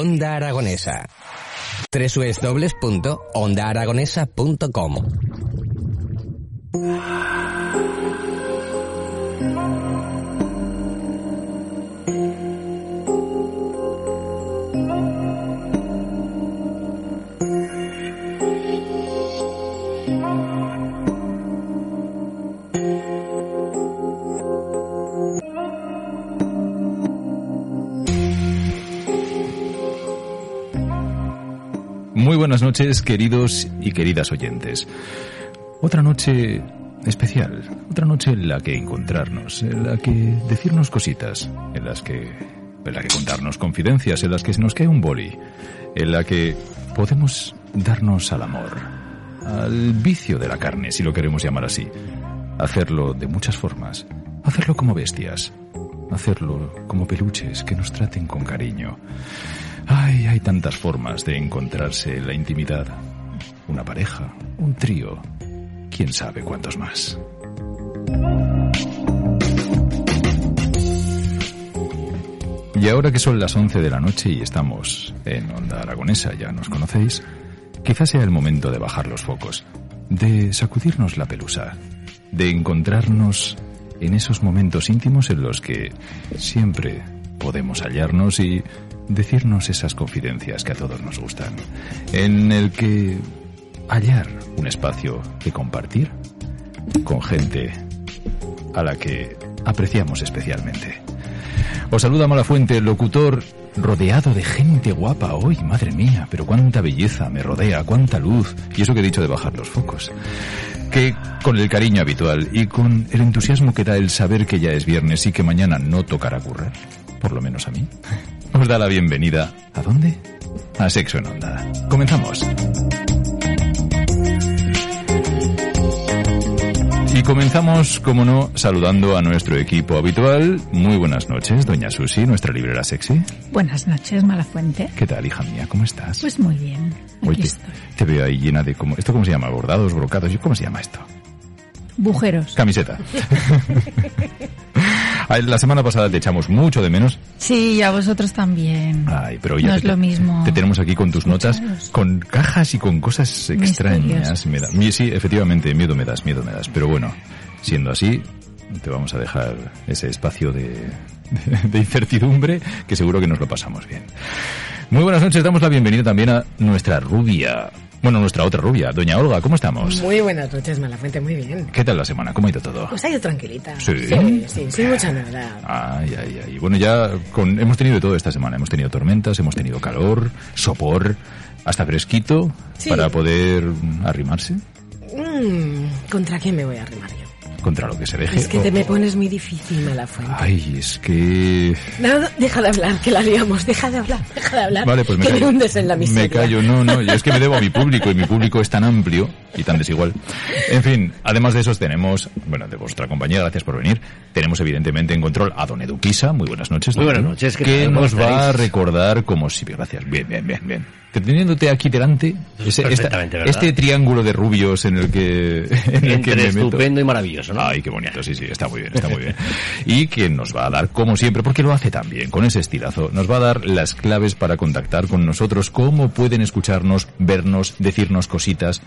Onda Aragonesa. www.ondaaragonesa.com Muy buenas noches, queridos y queridas oyentes. Otra noche especial, otra noche en la que encontrarnos, en la que decirnos cositas, en las que en la que contarnos confidencias, en las que se nos cae un boli, en la que podemos darnos al amor, al vicio de la carne, si lo queremos llamar así. Hacerlo de muchas formas, hacerlo como bestias, hacerlo como peluches que nos traten con cariño. Ay, hay tantas formas de encontrarse en la intimidad. Una pareja, un trío, quién sabe cuántos más. Y ahora que son las 11 de la noche y estamos en Onda Aragonesa, ya nos conocéis, quizás sea el momento de bajar los focos, de sacudirnos la pelusa, de encontrarnos en esos momentos íntimos en los que siempre podemos hallarnos y decirnos esas confidencias que a todos nos gustan, en el que hallar un espacio que compartir con gente a la que apreciamos especialmente. Os saluda Malafuente, el locutor rodeado de gente guapa hoy, madre mía, pero cuánta belleza me rodea, cuánta luz, y eso que he dicho de bajar los focos. Que con el cariño habitual y con el entusiasmo que da el saber que ya es viernes y que mañana no tocará currar, por lo menos a mí, os da la bienvenida. ¿A dónde? A Sexo en Onda. Comenzamos. Y comenzamos, como no, saludando a nuestro equipo habitual. Muy buenas noches, doña Susi, nuestra librera sexy. Buenas noches, Malafuente. ¿Qué tal, hija mía? ¿Cómo estás? Pues muy bien. Aquí Hoy te, estoy. te veo ahí llena de... Como, ¿Esto cómo se llama? ¿Bordados, brocados? ¿Cómo se llama esto? Bujeros. Camiseta. Ay, La semana pasada te echamos mucho de menos. Sí, y a vosotros también. Ay, pero ya No te- es lo mismo. Te tenemos aquí con tus notas, Escucharos. con cajas y con cosas extrañas. Misteriosas. Me da- mi- sí, efectivamente, miedo me das, miedo me das. Pero bueno, siendo así, te vamos a dejar ese espacio de, de incertidumbre que seguro que nos lo pasamos bien. Muy buenas noches, damos la bienvenida también a nuestra rubia. Bueno, nuestra otra rubia, doña Olga, ¿cómo estamos? Muy buenas noches, Malafuente, muy bien. ¿Qué tal la semana? ¿Cómo ha ido todo? Pues ha ido tranquilita. Sí. sí, sí, sin mucha novedad. Ay, ay, ay. Bueno, ya con, hemos tenido de todo esta semana. Hemos tenido tormentas, hemos tenido calor, sopor, hasta fresquito Sí. para poder mm, arrimarse Mm, ¿Contra quién me voy a arrimar yo? contra lo que se deje. Es que te O- me pones muy difícil, Malafuente. Ay, es que... No, no, deja de hablar, que la liamos. Deja de hablar, deja de hablar. Vale, pues me que me callo. hundes en la miseria. Me callo, no, no. Yo es que me debo a mi público y mi público es tan amplio y tan desigual. En fin, además de esos tenemos, bueno, de vuestra compañía, gracias por venir. Tenemos evidentemente en control a don Eduquisa. Muy buenas noches. don Muy buenas Edu, noches, ¿qué Que tal? ¿Cómo nos va a estáis? recordar como si... Gracias. Bien, bien, bien, bien. Que Teniéndote aquí delante, ese- esta- Perfectamente, ¿verdad? este triángulo de rubios en el que, en el que Entre me meto. estupendo y maravilloso, ¿no? Ay, qué bonito, sí, sí, está muy bien, está muy bien. Y quien nos va a dar, como siempre, porque lo hace también, con ese estilazo, nos va a dar las claves para contactar con nosotros, cómo pueden escucharnos, vernos, decirnos cositas,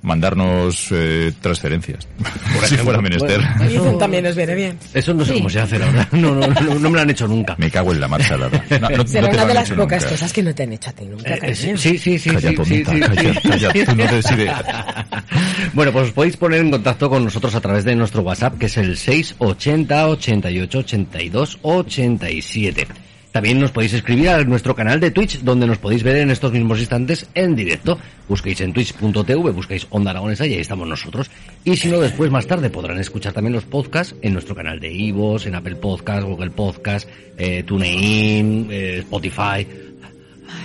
mandarnos eh, transferencias, si fuera menester. Y eso también nos viene bien. Eso no sé cómo se hace, la verdad. No, no, no, no me lo han hecho nunca. Me cago en la marcha, Lara. No, no- no te Será lo una han de las hecho pocas nunca. cosas que no te han hecho a ti nunca, Eh, eh, cariño. sí, sí, sí, sí, Calla, sí, sí, tonta, sí, calla, sí. calla, tú no decides. Bueno, pues os podéis poner en contacto con nosotros a través de nuestro WhatsApp, que es el 680 88 82 87. También nos podéis escribir a nuestro canal de Twitch, donde nos podéis ver en estos mismos instantes en directo. Busquéis en twitch.tv, busquéis Onda Aragonesa y ahí estamos nosotros. Y si no, después, más tarde, podrán escuchar también los podcasts en nuestro canal de Ivos, en Apple Podcast, Google Podcast, eh, TuneIn, eh, Spotify.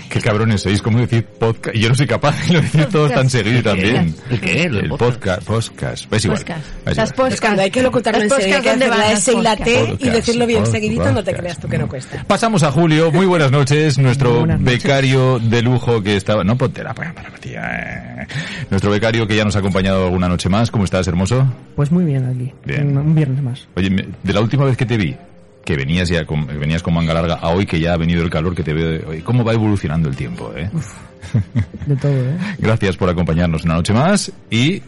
Qué cabrones sois, ¿cómo decir podcast? Yo no soy capaz de lo decir todos tan seguido también. ¿El qué? ¿Lo de El podcast, podcast. Es igual. Podcast. es Las igual. podcasts. Pues Cuando hay que locutarlo en Las serio, hay que podcasts, hacer ¿dónde la van S y la las T y Podcast, decirlo bien podcast, seguidito, no te podcast. creas tú que no cuesta. Pasamos a Julio. Muy buenas noches. Nuestro becario de lujo que estaba... No, ponte la para, para, tía. Nuestro becario que ya nos ha acompañado alguna noche más. ¿Cómo estás, hermoso? Pues muy bien aquí. Un, Bien. un viernes más. Oye, me- de la última vez que te vi, que venías ya con, que venías con manga larga, a hoy que ya ha venido el calor que te veo... oye, ¿Cómo va evolucionando el tiempo, eh? De todo, ¿eh? Gracias por acompañarnos una noche más y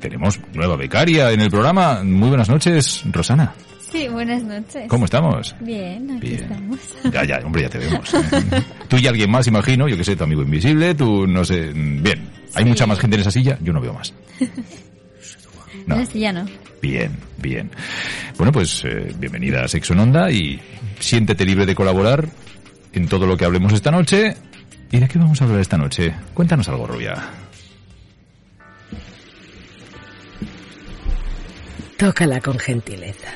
tenemos nueva becaria en el programa. Muy buenas noches, Rosana. Sí, buenas noches. ¿Cómo estamos? Bien, aquí Bien. estamos. Ya, ya, hombre, ya te vemos. ¿eh? Tú y alguien más, imagino, yo que sé, tu amigo invisible, tú no sé. mm, Bien, hay Sí. mucha más gente en esa silla, yo no veo más. No, No, sí, ya no. bien, bien. Bueno, pues eh, bienvenida a Sexo en Onda y siéntete libre de colaborar en todo lo que hablemos esta noche. ¿Y de qué vamos a hablar esta noche? Cuéntanos algo, Rubia. Tócala con gentileza.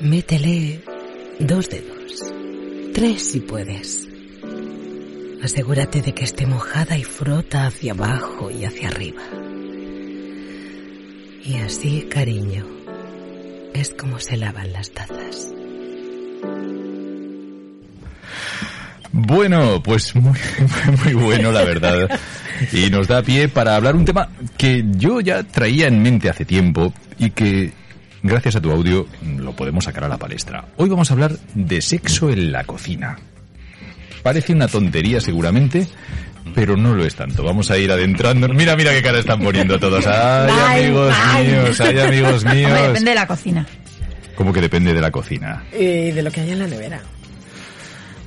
Métele dos dedos. Tres si puedes. Asegúrate de que esté mojada y frota hacia abajo y hacia arriba. Y así, cariño, es como se lavan las tazas. Bueno, pues muy, muy bueno, la verdad. Y nos da pie para hablar un tema que yo ya traía en mente hace tiempo y que, gracias a tu audio, lo podemos sacar a la palestra. Hoy vamos a hablar de sexo en la cocina. Parece una tontería seguramente, pero no lo es tanto. Vamos a ir adentrando. Mira, mira qué cara están poniendo todos. Ay, Ay, amigos ay. míos, ay, amigos Hombre, míos. depende de la cocina. Como que depende de la cocina. Y de lo que hay en la nevera.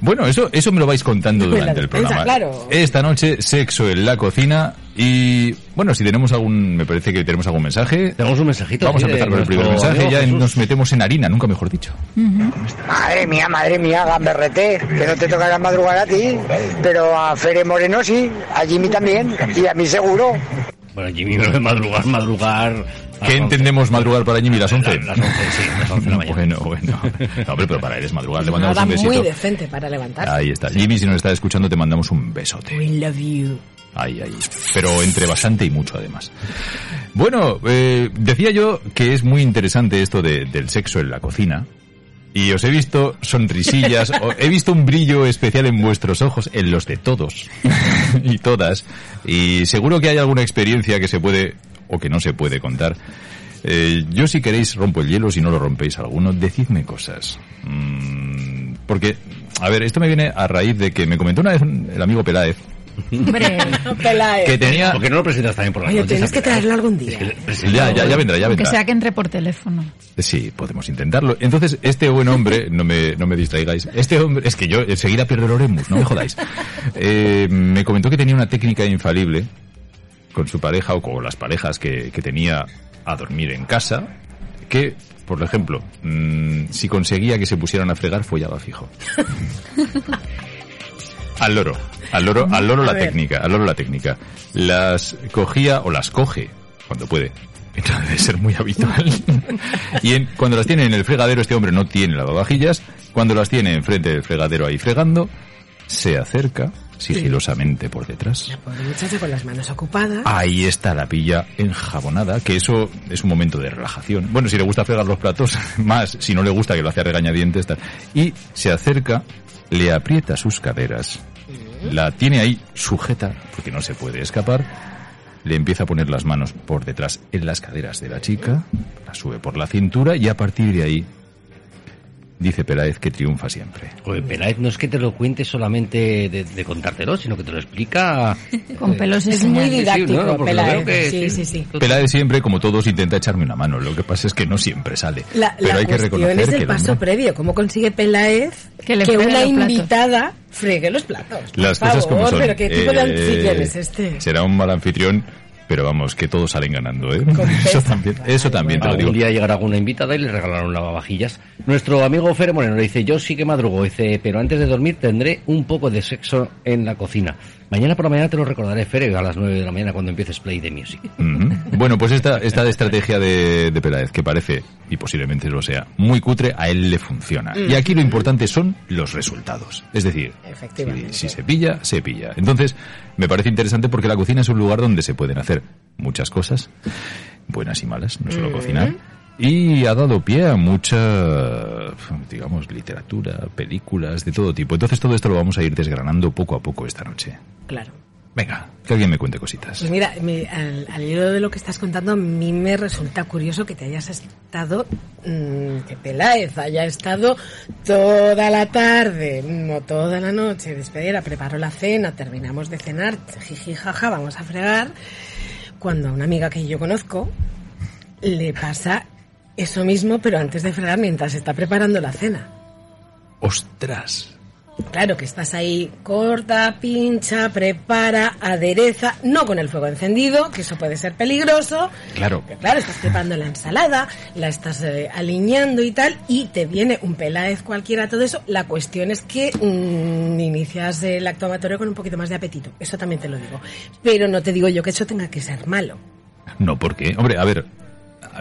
Bueno, eso, eso me lo vais contando Pues la durante el despensa, programa. claro. Esta noche, sexo en la cocina. Y bueno, si tenemos algún, me parece que tenemos algún mensaje. Tenemos un mensajito. Vamos a sí, de empezar con el primer nuestro mensaje. amigo Ya Jesús. nos metemos en harina, nunca mejor dicho. Madre mía, madre mía, gamberrete, que no te toca la madrugada a ti, pero a Fere Moreno sí, a Jimmy también, y a mí seguro. Bueno, Jimmy, lo de madrugar, madrugar. a ¿Qué las once. entendemos madrugar para Jimmy? Las 11. Ah, Las once, sí, las once de la mañana. Bueno, bueno. No, hombre, pero para él es madrugar. Le mandamos Nada un muy besito. decente para levantarse. Ahí está. Jimmy, si nos estás escuchando, te mandamos un besote. We love you. Ahí, ahí. Pero entre bastante y mucho, además. Bueno, eh, decía yo que es muy interesante esto de- del sexo en la cocina. Y os he visto sonrisillas, o- he visto un brillo especial en vuestros ojos, en los de todos y todas. Y seguro que hay alguna experiencia que se puede o que no se puede contar. Eh, yo si queréis rompo el hielo, si no lo rompéis alguno, decidme cosas. Mm, porque, a ver, esto me viene a raíz de que me comentó una vez un- el amigo Peláez Hombre, Eh, que tenía... ¿Por qué no lo presentas también por Pues, Oye, la noche? tienes que traerlo algún Es día. que le- presenta- Ya, ya, ya vendrá, ya que vendrá. sea que entre por teléfono. Sí, podemos intentarlo. Entonces, este buen hombre, no me, no me distraigáis, este hombre, es que yo enseguida pierdo el oremus, no me jodáis. Eh, me comentó que tenía una técnica infalible con su pareja o con las parejas que, que tenía a dormir en casa, que, por ejemplo, mm, si conseguía que se pusieran a fregar, follaba fijo. Al loro, al loro, al loro A la ver. técnica, al loro la técnica. Las cogía o las coge cuando puede. Esto debe ser muy habitual. y en- cuando las tiene en el fregadero, este hombre no tiene lavavajillas. Cuando las tiene enfrente del fregadero ahí fregando, se acerca sigilosamente por detrás. La pobre muchacha con las manos ocupadas. Ahí está la pilla enjabonada, que eso es un momento de relajación. Bueno, si le gusta fregar los platos, más. Si no le gusta, que lo hace a regañadientes. tal. Y se acerca, le aprieta sus caderas, la tiene ahí sujeta, porque no se puede escapar. Le empieza a poner las manos por detrás en las caderas de la chica, la sube por la cintura y a partir de ahí dice Peláez que triunfa siempre. Oye, pues, Peláez, no es que te lo cuente solamente de, de contártelo, sino que te lo explica. Con eh, pelos y Es muy señales. didáctico, Sí, ¿no? Porque lo Peláez. veo Sí, que- sí, sí. Peláez siempre, como todos, intenta echarme una mano. Lo que pasa es que no siempre sale. La, Pero la hay que cuestión reconocer es que el el paso hombre- previo. ¿Cómo consigue Peláez Que que, le fregue una los platos. invitada fregue los platos? Por Las favor, cosas como son. pero ¿qué tipo de Eh, anfitrión es este? Será un mal anfitrión, pero vamos, que todos salen ganando, ¿eh? Contesta. Eso también, eso también te lo digo. Algún día llegará alguna invitada y le regalaron lavavajillas. Nuestro amigo Fer Moreno le dice, yo sí que madrugo, dice, pero antes de dormir tendré un poco de sexo en la cocina. Mañana por la mañana te lo recordaré, Fere, a las 9 de la mañana cuando empieces Play de Music. Ujú. Bueno, pues esta, esta de estrategia de, de Peláez, que parece, y posiblemente lo sea, muy cutre, a él le funciona. Y aquí lo importante son los resultados. Es decir, si, Efectivamente. si se pilla, se pilla. Entonces, me parece interesante porque la cocina es un lugar donde se pueden hacer muchas cosas, buenas y malas, no solo cocinar. Y ha dado pie a mucha, digamos, literatura, películas, de todo tipo. Entonces todo esto lo vamos a ir desgranando poco a poco esta noche. Claro. Venga, que alguien me cuente cositas. Pues mira, me- al, al hilo de lo que estás contando, a mí me resulta curioso que te hayas estado, mm, que Peláez haya estado toda la tarde, mm, o toda la noche, despedida, preparo la cena, terminamos de cenar, jiji, jaja, vamos a fregar, cuando a una amiga que yo conozco le pasa eso mismo, pero antes de fregar, mientras está preparando la cena. ¡Ostras! Claro que estás ahí, corta, pincha, prepara, adereza, no con el fuego encendido, que eso puede ser peligroso. Claro. Pero claro, estás preparando la ensalada, la estás eh, alineando y tal, y te viene un Peláez cualquiera, todo eso. La cuestión es que mm, inicias el acto amatorio con un poquito más de apetito, eso también te lo digo. Pero no te digo yo que eso tenga que ser malo. No, ¿por qué? Hombre, a ver,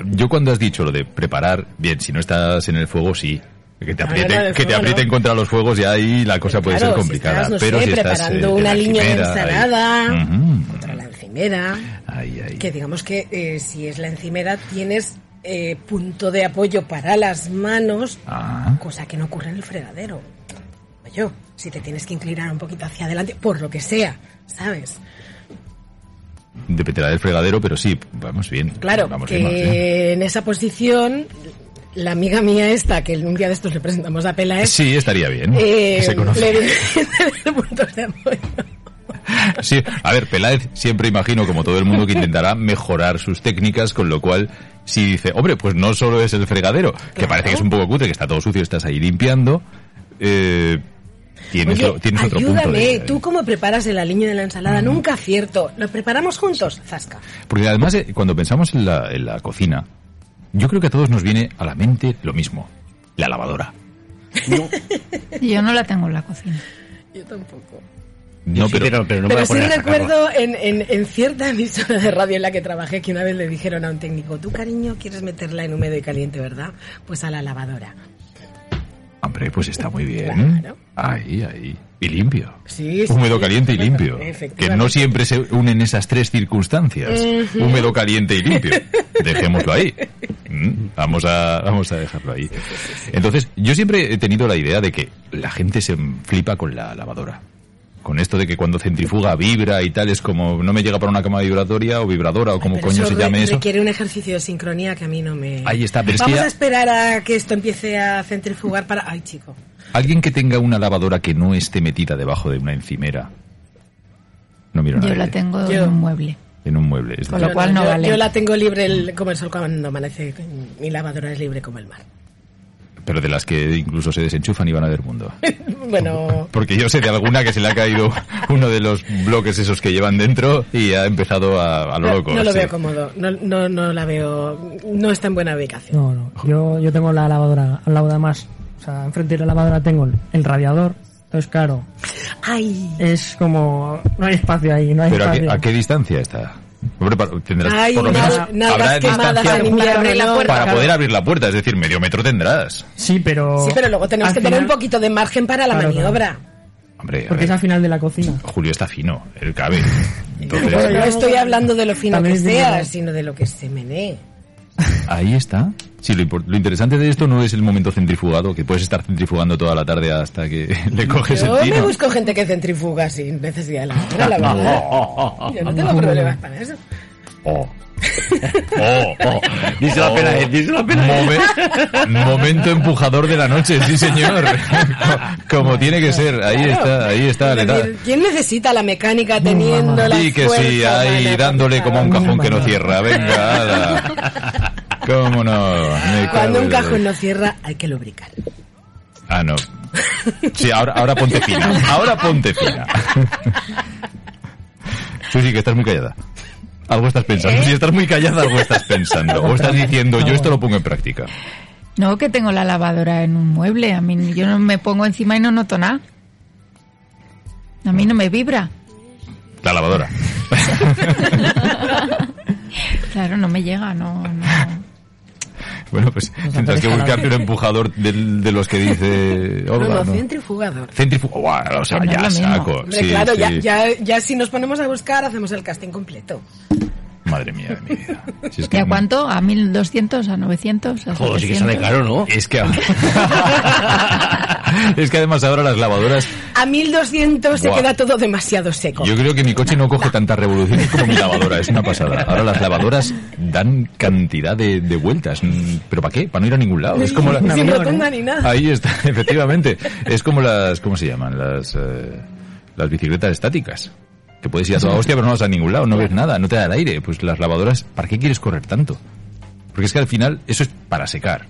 yo cuando has dicho lo de preparar, bien, si no estás en el fuego, sí. Que te No, no, no, aprieten, del que te fuego, aprieten no. contra los fuegos y ahí la cosa puede Claro, ser complicada. Si estás, no pero sé, si estás preparando eh, de una la línea encimera, de ahí. ensalada Ujú. contra la encimera. Ahí, ahí. Que digamos que eh, si es la encimera tienes eh, punto de apoyo para las manos, Ah. cosa que no ocurre en el fregadero. Yo, si te tienes que inclinar un poquito hacia adelante, por lo que sea, ¿sabes? Dependerá del fregadero, pero sí, vamos bien. Claro, vamos ¿eh? que bien, vamos bien. en esa posición, la amiga mía esta, que un día de estos le presentamos a Pelaez, Sí, estaría bien. eh, que se le conoce. dije tener puntos de apoyo. Sí, a ver, Peláez siempre imagino, como todo el mundo, que intentará mejorar sus técnicas, con lo cual, si dice, hombre, pues no solo es el fregadero, que parece que es un poco cutre, que está todo sucio, estás ahí limpiando, eh, tienes, Oye, o- tienes otro ayúdame, punto de- Mm. tú cómo preparas el aliño de la ensalada, nunca acierto. ¿Lo preparamos juntos? Zasca. Porque además, eh, cuando pensamos en la, en la cocina, yo creo que a todos nos viene a la mente lo mismo, la lavadora. Yo no la tengo en la cocina. Yo tampoco. No, Sí, pero, no me voy Pero a sí poner a sacarlo. recuerdo en, en- en cierta emisora de radio en la que trabajé que una vez le dijeron a un técnico, tú cariño quieres meterla en húmedo y caliente, ¿verdad? Pues a la lavadora. hombre, pues está muy bien. Claro. Ahí, ahí. Y limpio. Sí, sí, Húmedo, sí. caliente y limpio. Efectivamente. Que no siempre se unen esas tres circunstancias. Húmedo, caliente y limpio. Dejémoslo ahí. Mm, Vamos a, vamos a dejarlo ahí. Entonces, yo siempre he tenido la idea de que la gente se flipa con la lavadora. Con esto de que cuando centrifuga vibra y tal, es como no me llega para una cama vibratoria o vibradora o como Pero coño eso se re- llame eso. Requiere un ejercicio de sincronía que a mí no me... Ahí está, pero es que Vamos ya- a esperar a que esto empiece a centrifugar para... Ay, chico. Alguien que tenga una lavadora que no esté metida debajo de una encimera. No miro Yo nada. la tengo en Yo. un mueble. En un mueble. es Con decir, lo cual no yo, vale. yo la tengo libre el, como el sol cuando amanece. Mi lavadora es libre como el mar. Pero de las que incluso se desenchufan y van a ver mundo. Bueno... Porque yo sé de alguna que se le ha caído uno de los bloques esos que llevan dentro y ha empezado a, a lo No, loco. no lo sí. veo cómodo, no, no, no la veo, no está en buena ubicación. No, no. Yo, yo tengo la lavadora al lado de más. O sea, enfrente de la lavadora tengo el, el radiador. Entonces, claro, Ay, es como. No hay espacio ahí, no hay Pero a qué, espacio. a qué distancia está? Hombre, pa- tendrás Ay, por lo nada- menos nada habrá quemadas distancia a mí me Para abre la reloj. puerta. para poder abrir la puerta, es decir, medio metro tendrás. Sí, pero. Sí, pero luego tenemos al que tener un final- poquito de margen para la Claro, claro. maniobra. Hombre, a Porque es ver, al final de la cocina. Julio está fino, él cabe. Entonces, Pero no yo- estoy hablando de lo fino También que es verdad. sea, sino de lo que se menee. Ahí está. Sí, lo, impor- lo interesante de esto no es el momento centrifugado, que puedes estar centrifugando toda la tarde hasta que le coges Yo el me tino. busco gente que centrifuga sin necesidad de la otra, la verdad. Yo no tengo problemas para eso. Oh. Oh, oh. Díselo a eh, Peláez, díselo a Peláez. Momen- momento empujador de la noche, sí señor. Co- Como tiene que ser, ahí Claro. está, ahí está. Es Le da- decir, ¿Quién necesita la mecánica teniendo la Y que sí, ahí dándole como un cajón que no cierra, venga. ala. ¿Cómo no? Me cago Cuando en un la- cajón no cierra, hay que lubricar. Ah, no. Sí, ahora, ahora ponte fina. Ahora ponte fina. Susi, que estás muy callada. Algo estás pensando. ¿Eh? Si estás muy callada, algo estás pensando. O estás diciendo, yo esto lo pongo en práctica. No, que tengo la lavadora en un mueble. A mí yo no me pongo encima y no noto nada. A mí no me vibra. La lavadora. Claro, no me llega, no. no. bueno, pues tendrás que buscarte un empujador del- de, los que dice No, Pues Olga, no, ¿no? centrifugador. Centrifuga. Guau, o sea, Bueno, ya es lo mismo. saco. Hombre, Sí, claro, sí. Ya, ya, ya si nos ponemos a buscar, hacemos el casting completo. Madre mía de mi vida. Si es ¿Y que a cuánto? ¿A 1200? ¿A 900? ¿A Joder, sí que 700? sale caro, ¿no? Es que ahora- es que además ahora las lavadoras. A 1200 se Buah. queda todo demasiado seco. Yo creo que mi coche no coge tantas revoluciones como mi lavadora. Es una pasada. Ahora las lavadoras dan cantidad de, de vueltas. Mm, ¿Pero para qué? Para no ir a ningún lado. Es como la- Sin rotonda ni nada. Ahí está, efectivamente. Es como las, ¿cómo se llaman? Las, eh, las bicicletas estáticas. Que puedes ir a toda hostia, pero no vas a ningún lado, no ves nada, no te da el aire. Pues las lavadoras, ¿para qué quieres correr tanto? Porque es que al final eso es para secar.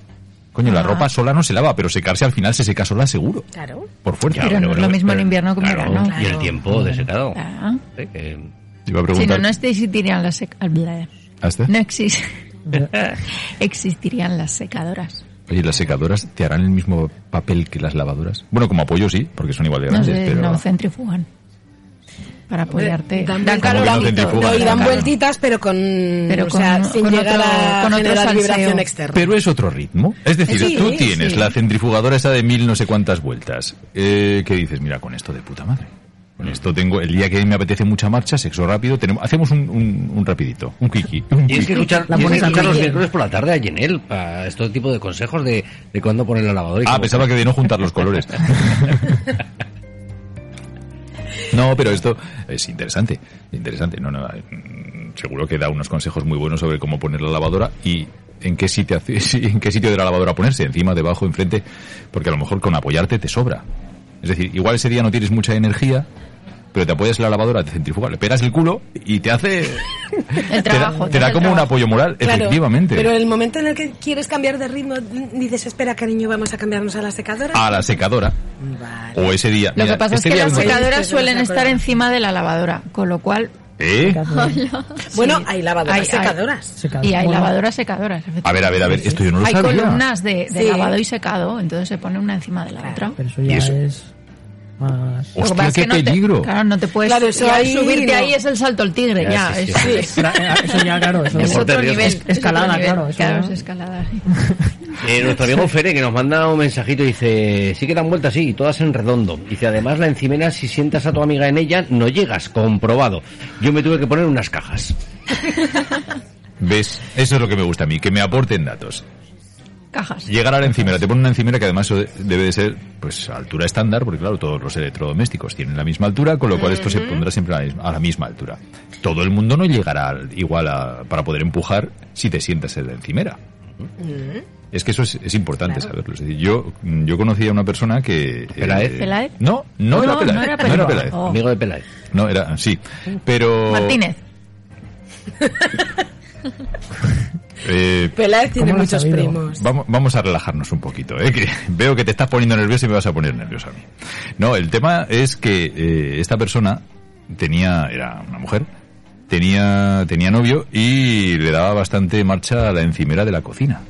Coño, Ah. la ropa sola no se lava, pero secarse al final se seca sola seguro. Claro. Por fuerza. Pero no es lo mismo en invierno que en Claro, verano. Y el tiempo de secado. Ah. Sí, que- Iba a Si no, preguntar. ¿Ah, no existirían las sec- al- bla- eh. ¿Hasta? No exis- existirían las secadoras. Oye, ¿las secadoras te harán el mismo papel que las lavadoras? Bueno, como apoyo sí, porque son igual de No, grandes, sé, pero... no centrifugan. Para apoyarte. Eh, Dan Pues Dan vueltas- calor. calorcito. centrifuga, No, y dan dan calor. vueltitas, pero con. Pero o con- sea, sin con llegar otro- a con otro generar salseo. vibración externa. Pero eh, es otro ritmo. Es decir, Sí, tú sí. tienes la centrifugadora esa de mil no sé cuántas vueltas. Eh, que dices, mira, con esto de puta madre. Con esto tengo, el día que me apetece mucha marcha, sexo rápido, tenemos, hacemos un, un, un rapidito, un quickie. un Y es que quickie. escuchar, La y es que pones al escuchar los medio. miércoles por la tarde a Yenel para este tipo de consejos de, de cuándo poner la lavadora. y Ah, cómo- pensaba que de no juntar los colores. No, pero esto es interesante, interesante. No, no, mm, seguro que da unos consejos muy buenos sobre cómo poner la lavadora y en qué sitio, hace- sí, en qué sitio de la lavadora ponerse, encima, debajo, enfrente, porque a lo mejor con apoyarte te sobra. Es decir, igual ese día no tienes mucha energía, pero te apoyas en la lavadora, te centrifuga, le pegas el culo y te hace, te da- El trabajo. te da, el como un trabajo. apoyo moral, Claro, efectivamente. Pero en el momento en el que quieres cambiar de ritmo, dices, espera, cariño, vamos a cambiarnos a la secadora. A la secadora Vale. o ese día. Lo mira, que pasa este es que día las no- secadora- secadoras suelen Estoy estar acordada. encima de la lavadora, con lo cual ¿Eh? Bueno, hay lavadoras Hay- hay- secadoras. Secado. y hay Bueno, lavadoras secadoras. A ver, a ver, a ver, esto yo no lo hay sabía. columnas de, de Sí. lavado y secado, entonces se pone una encima de la otra. Pero eso ¿Y ya eso? es más... Lo que Hostia, pasa es qué que no te- peligro. claro, no te puedes Claro, eso ya ahí subirte no. ahí es el salto al tigre, Ya, ya. sí, es, sí, es- Eso ya, claro, eso Es es otro Deporte de riesgo. nivel. es otro Escalada, nivel. claro, eso Claro, ya. es escalada, sí. Eh, nuestro amigo Fere que nos manda un mensajito y dice, sí que dan vueltas, sí, y todas en redondo. Dice, además la encimera, si sientas a tu amiga en ella, no llegas, comprobado. Yo me tuve que poner unas cajas. ¿Ves? Eso es lo que me gusta a mí, que me aporten datos. Cajas. Llegar a la encimera, te ponen una encimera que además eso debe de ser pues a altura estándar, porque claro, todos los electrodomésticos tienen la misma altura, con lo cual esto se pondrá siempre a la, misma, a la misma altura. Todo el mundo no llegará al- igual a- para poder empujar si te sientas en la encimera. Es que eso es, es importante saberlo. Es decir, yo, yo conocí a una persona que... eh, ¿Peláez? ¿Peláez? No, no, era Peláez. No era Peláez. Oh. Amigo de Peláez. No, era, sí. Pero... Martínez. eh, Peláez tiene ¿Cómo lo has muchos sabido? primos. Vamos, vamos a relajarnos un poquito, ¿eh? que veo que te estás poniendo nervioso y me vas a poner nervioso a mí. No, el tema es que eh, esta persona tenía, era una mujer, tenía, tenía novio y le daba bastante marcha a la encimera de la cocina.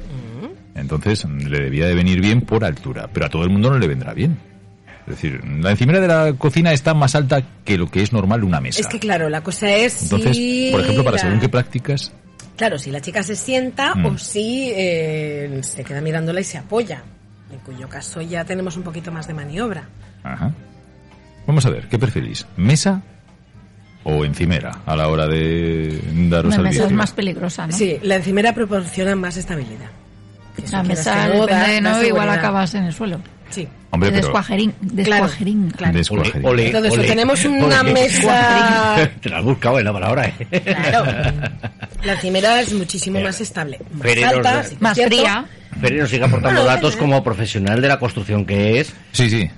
Entonces mm, le debía de venir bien por altura, pero a todo el mundo no le vendrá bien. Es decir, la encimera de la cocina está más alta que lo que es normal una mesa. Es que claro, la cosa es Entonces, si por ejemplo, para la- según qué prácticas, Claro, si la chica se sienta Mm. o si eh, se queda mirándola y se apoya, en cuyo caso ya tenemos un poquito más de maniobra. Ajá. Vamos a ver, ¿qué preferís? ¿Mesa o encimera a la hora de daros La al mesa es vicio? más peligrosa, ¿no? Sí, la encimera proporciona más estabilidad. Eso La quieras mesa que no, depende da- de da no, igual seguridad. acabas en el suelo. Sí. Hombre, pero... Descuajerín. Claro, Descuajerín. claro. descuajerín. Ole, ole, Entonces, o ole. tenemos una Ole. mesa... Te la has buscado en la palabra, eh. Claro. La encimera es muchísimo Eh, más estable. Más Pero- alta, sí que es Más cierto. fría. Fere nos sigue aportando datos como profesional de la construcción que es. Sí, sí.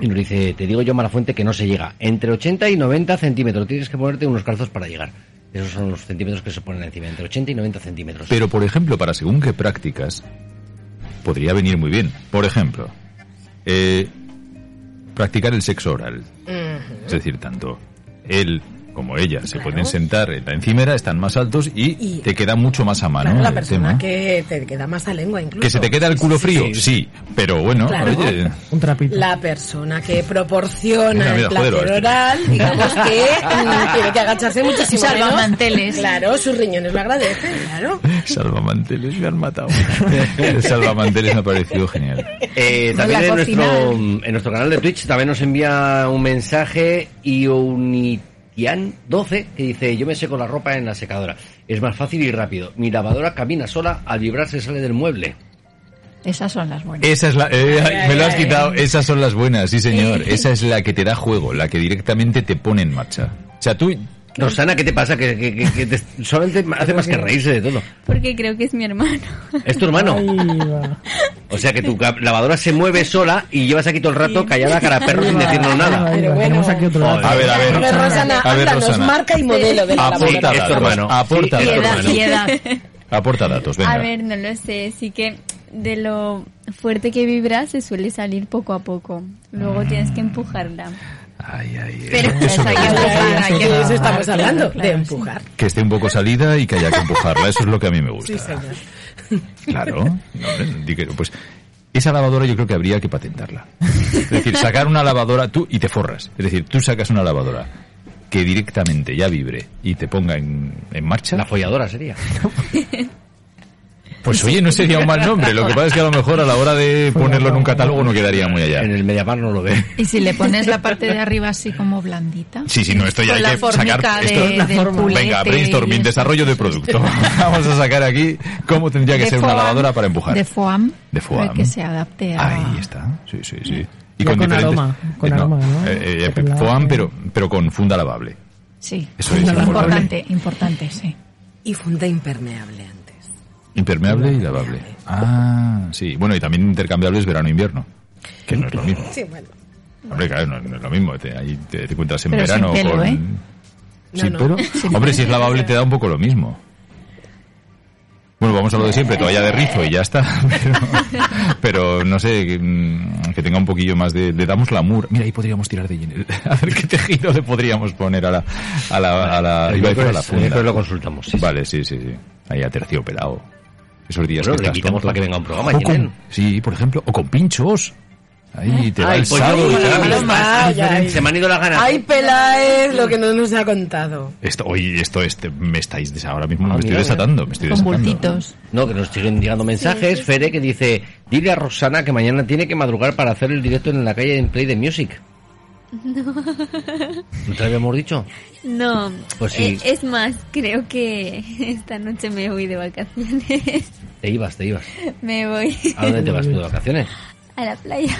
Y nos dice, te digo yo, Malafuente, que no se llega. Entre 80 y 90 centímetros. Tienes que ponerte unos calzos para llegar. Esos son los centímetros que se ponen encima. Entre 80 y 90 centímetros. Pero, por ejemplo, para según qué prácticas, podría venir muy bien. Por ejemplo, eh, practicar el sexo oral. Es decir, tanto el como ella, se pueden sentar en la encimera, están más altos y, Y- te queda mucho más a mano Claro, Ah, la el tema. persona ¿eh? que te queda más a lengua incluso. Que se te queda el culo frío, sí, pero bueno, Claro. oye, Un trapito. La persona que proporciona Mira, mira, el placer joder, este. oral, digamos que mm, tiene que agacharse muchísimo. Salva menos. manteles. Claro, sus riñones lo agradecen, claro. salvamanteles me han matado. El salvamanteles me ha parecido genial. Eh, Con también la en nuestro, cocina. en nuestro canal de Twitch también nos envía un mensaje Iunitian12 que dice yo me seco la ropa en la secadora. Es más fácil y rápido. Mi lavadora camina sola, al vibrarse sale del mueble. Esas son las buenas. Esa es la, eh, Ay, ay, me lo has ay, quitado, esas son las buenas, sí señor. Esa es la que te da juego, la que directamente te pone en marcha. O sea, tú, Rosana, ¿qué te pasa? Que, que- que- que te- solamente hace más que reírse de todo. Porque creo que es mi hermano. Es tu hermano. Ahí va. O sea que tu ca- lavadora se mueve sola y llevas aquí todo el rato callada cara a perro sin decirnos nada. Ahí va, Pero bueno. Tenemos aquí otro a ver, a ver, Pero Rosana, a ver, háblanos, Rosana. marca y modelo de la Apunta lavadora. es tu datos, hermano. aporta Sí, datos. es tu Piedad, hermano. piedad. Aporta datos, venga. A ver, no lo sé. Sí que de lo fuerte que vibra se suele salir poco a poco. Luego tienes que empujarla. Mm. Ay, ay, Pero eh, eso me hay que gusta. empujar, hay que De eso estamos empujar, hablando, claro, de sí. empujar. que esté un poco salida y que haya que empujarla, eso es lo que a mí me gusta. Sí, señor. Claro, no, hombre, di que- pues esa lavadora yo creo que habría que patentarla. Es decir, sacar una lavadora tú y te forras. Es decir, tú sacas una lavadora que directamente ya vibre y te ponga en, en marcha. La folladora sería. Pues oye, no sería un mal nombre. Lo que pasa es que a lo mejor a la hora de ponerlo en un catálogo no quedaría muy allá. En el Mediapar no lo ve. Y si le pones la parte de arriba así como blandita. Sí, sí, no, esto ya Con hay la que formica sacar. de- esto- del culete Venga, y brainstorming, eso. desarrollo de producto. Vamos a sacar aquí cómo tendría que De ser una foam, lavadora para empujar. De foam. De foam. Para que se adapte a... Ahí está, sí, sí, sí. Y Ya con aroma, con aroma, ¿no? eh, eh, Pero la- foam, pero, pero con funda lavable. Sí. Eso es importante, importante, sí. Y funda impermeable antes. Impermeable y lavable. Ah, sí. Bueno, y también intercambiables verano-invierno, que no es lo mismo. Sí, bueno. Hombre, claro, no, no es lo mismo. Te, ahí te, te encuentras en Pero sin verano pelo, con... ¿eh? Sí, no. pero... Hombre, si es lavable te da un poco lo mismo. Bueno, vamos a lo de siempre, toalla de rizo y ya está. Pero, pero no sé, que, mm, que tenga un poquillo más de... Le damos glamour. Mira, ahí podríamos tirar de... Jenner. A ver qué tejido le podríamos poner a la... A la, a la, iba a decir a la funda. Después pues, lo consultamos. Pues sí, sí. Vale, sí, sí, sí. Ahí a terciopelado. Esos días Bueno, que le estás invitamos tonto. a que venga a un programa, O con- Jenner. Sí, por ejemplo, o con pinchos. Ahí te va Ay, el pues sábado. yo- ya. Paloma, Ay, ay. Se me han ido las ganas. Ay, Peláez, lo que no nos ha contado. Esto, oye, esto este, me estáis des- ahora mismo me Ah, estoy mira, mira. desatando, me estoy Con desatando. bultitos. No, que nos siguen llegando mensajes. Fere que dice, dile a Rosana que mañana tiene que madrugar para hacer el directo en la calle en Play de Music. No. te lo habíamos dicho? No, Pues sí. eh, es más, creo que esta noche me voy de vacaciones. Te ibas, te ibas. Me voy ¿A dónde te vas tú de vacaciones? a la playa.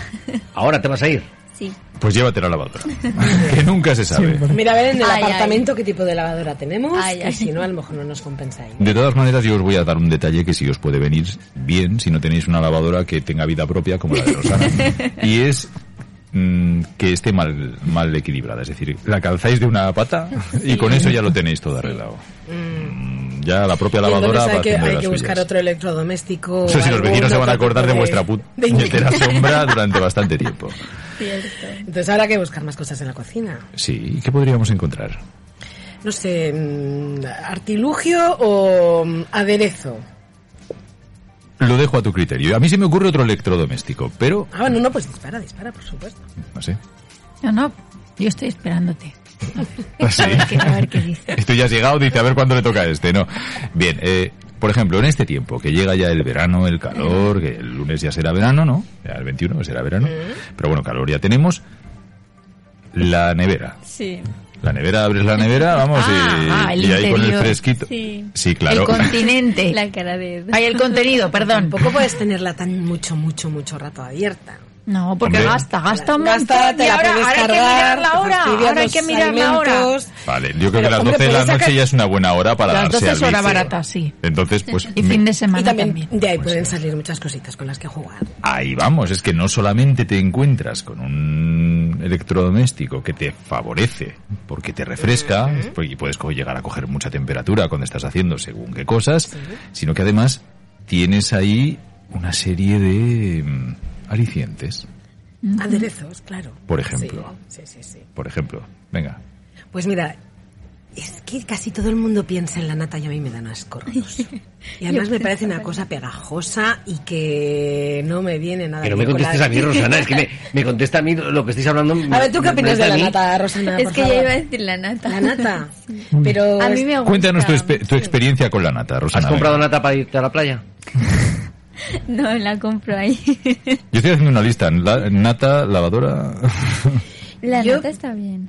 Ahora te vas a ir. Sí. Pues llévate la lavadora, que nunca se sabe. Mira, a ver en el Ay, ay. apartamento qué tipo de lavadora tenemos. Ay, y ay. si no, a lo mejor no nos compensáis. De todas maneras, yo os voy a dar un detalle que sí os puede venir bien si no tenéis una lavadora que tenga vida propia como la de Rosana. y es mm, que esté mal, mal equilibrada. Es decir, la calzáis de una pata y con eso ya lo tenéis todo arreglado. Mm, Ya la propia Y lavadora entonces va hay que, haciendo hay las que buscar suyas. otro electrodoméstico. Eso sí, o los vecinos se algún van a otro acordar de tipo vuestra pu- de- puñetera sombra durante bastante tiempo. Entonces ahora hay que buscar más cosas en la cocina. Sí, ¿y ¿qué podríamos encontrar? No sé, mm, artilugio o mm, aderezo. Lo dejo a tu criterio. A mí se me ocurre otro electrodoméstico, pero Ah, bueno, no, pues dispara, dispara, por supuesto. no sé. No, no, yo estoy esperándote. Sí. A ver qué, a ver qué dice. Y tú ya has llegado, dice, a ver cuándo le toca a este, ¿no? Bien, eh, por ejemplo, en este tiempo, que llega ya el verano, el calor, que el lunes ya será verano, ¿no? Ya el 21 será verano. Pero bueno, calor ya tenemos. La nevera. Sí. La nevera, abres la nevera, vamos, y, Ah, ah, el y ahí con el interior. fresquito. Sí. claro. El continente. La cara de Ed. Hay el contenido, perdón. Tampoco puedes tenerla tan mucho, mucho, mucho rato abierta. No, porque Hombre. gasta, gasta un Gasta, montón. te y la ahora, ahora puedes hay que cargar, mirar la te hora. fastidias Ahora hay los que mirar la hora. alimentos. Vale, yo creo que las hombre, 12 de la puedes noche sacar- ya es una buena hora para Las darse 12 es al hora vicio. barata, sí. Entonces, pues... Y me- fin de semana Y también, también. de ahí Pues pueden salir muchas cositas con las que jugar. Ahí vamos, es que no solamente te encuentras con un electrodoméstico que te favorece porque te refresca y puedes co- llegar a coger mucha temperatura cuando estás haciendo según qué cosas, sino que además tienes ahí una serie de mm, alicientes, Aderezos, claro. Por ejemplo. Sí, sí, sí. sí. por ejemplo. Venga, Pues mira, Es que casi todo el mundo piensa en la nata y a mí me dan asco. horroroso. Y además me parece una cosa pegajosa y que no me viene nada Que no me bien con la- contestes a mí, Rosana, es que me, me contesta a mí lo que estáis hablando. A ver, ¿tú qué opinas de la nata, Rosana? Es por que favor? yo iba a decir la nata. La nata. Pero A mí me gusta. Cuéntanos tu, expe- tu experiencia con la nata, Rosana. venga. ¿Has comprado nata para irte a la playa? No, la compro ahí. Yo estoy haciendo una lista. La- nata, lavadora. La Yo- nata está bien.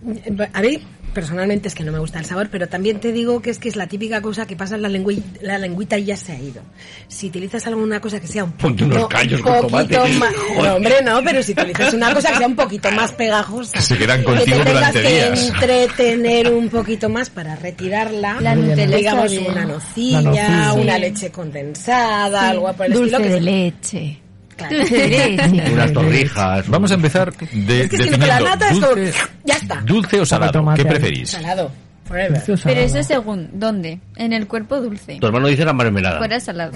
A mí personalmente es que no me gusta el sabor, pero también te digo que es que es la típica cosa que pasa en la, lengüi- la lengüita y ya se ha ido. Si utilizas alguna cosa que sea un Ponte poquito, unos callos con poquito tomate. más... Joder. No, hombre, no, pero si utilizas una cosa que sea un poquito más pegajosa. Que se quedan que contigo te tengas durante que días. entretener un poquito más para retirarla. La Nutella digamos está bien. una nocilla, La nocilla. una Sí. leche condensada, algo por el Dulce estilo. de que- leche. Claro. Dulce de leche. Unas torrijas. Vamos a empezar de, Es que si no, definiendo la nata es como- dulce, ya está. dulce o salado. tomate ¿Qué ahí. preferís? Salado. Forever. Preciosa, Pero eso la- según, ¿dónde? En el cuerpo dulce. Tu hermano dice la mermelada. Fuera salado.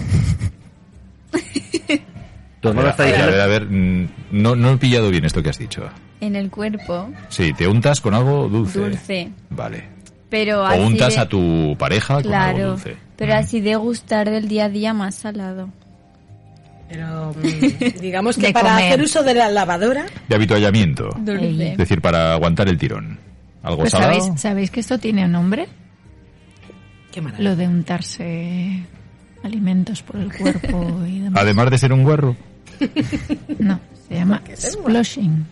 Tu hermano Pues está a ver, a diciendo. ver, a ver, mm, no, no he pillado bien esto que has dicho. En el cuerpo Sí, te untas con algo dulce. dulce. Vale. Pero O así untas de- a tu pareja con algo Claro. dulce. Pero así de gustar del día a día más salado. Pero mm, digamos que De para comer. hacer uso de la lavadora, Mm. De habituallamiento. Dulce. Es decir, para aguantar el tirón. Algo Pues Pues salado. ¿sabéis, ¿Sabéis que esto tiene un nombre? qué maravilla. Lo de untarse alimentos por el cuerpo y demás. Además de ser un guarro. No, se llama splashing.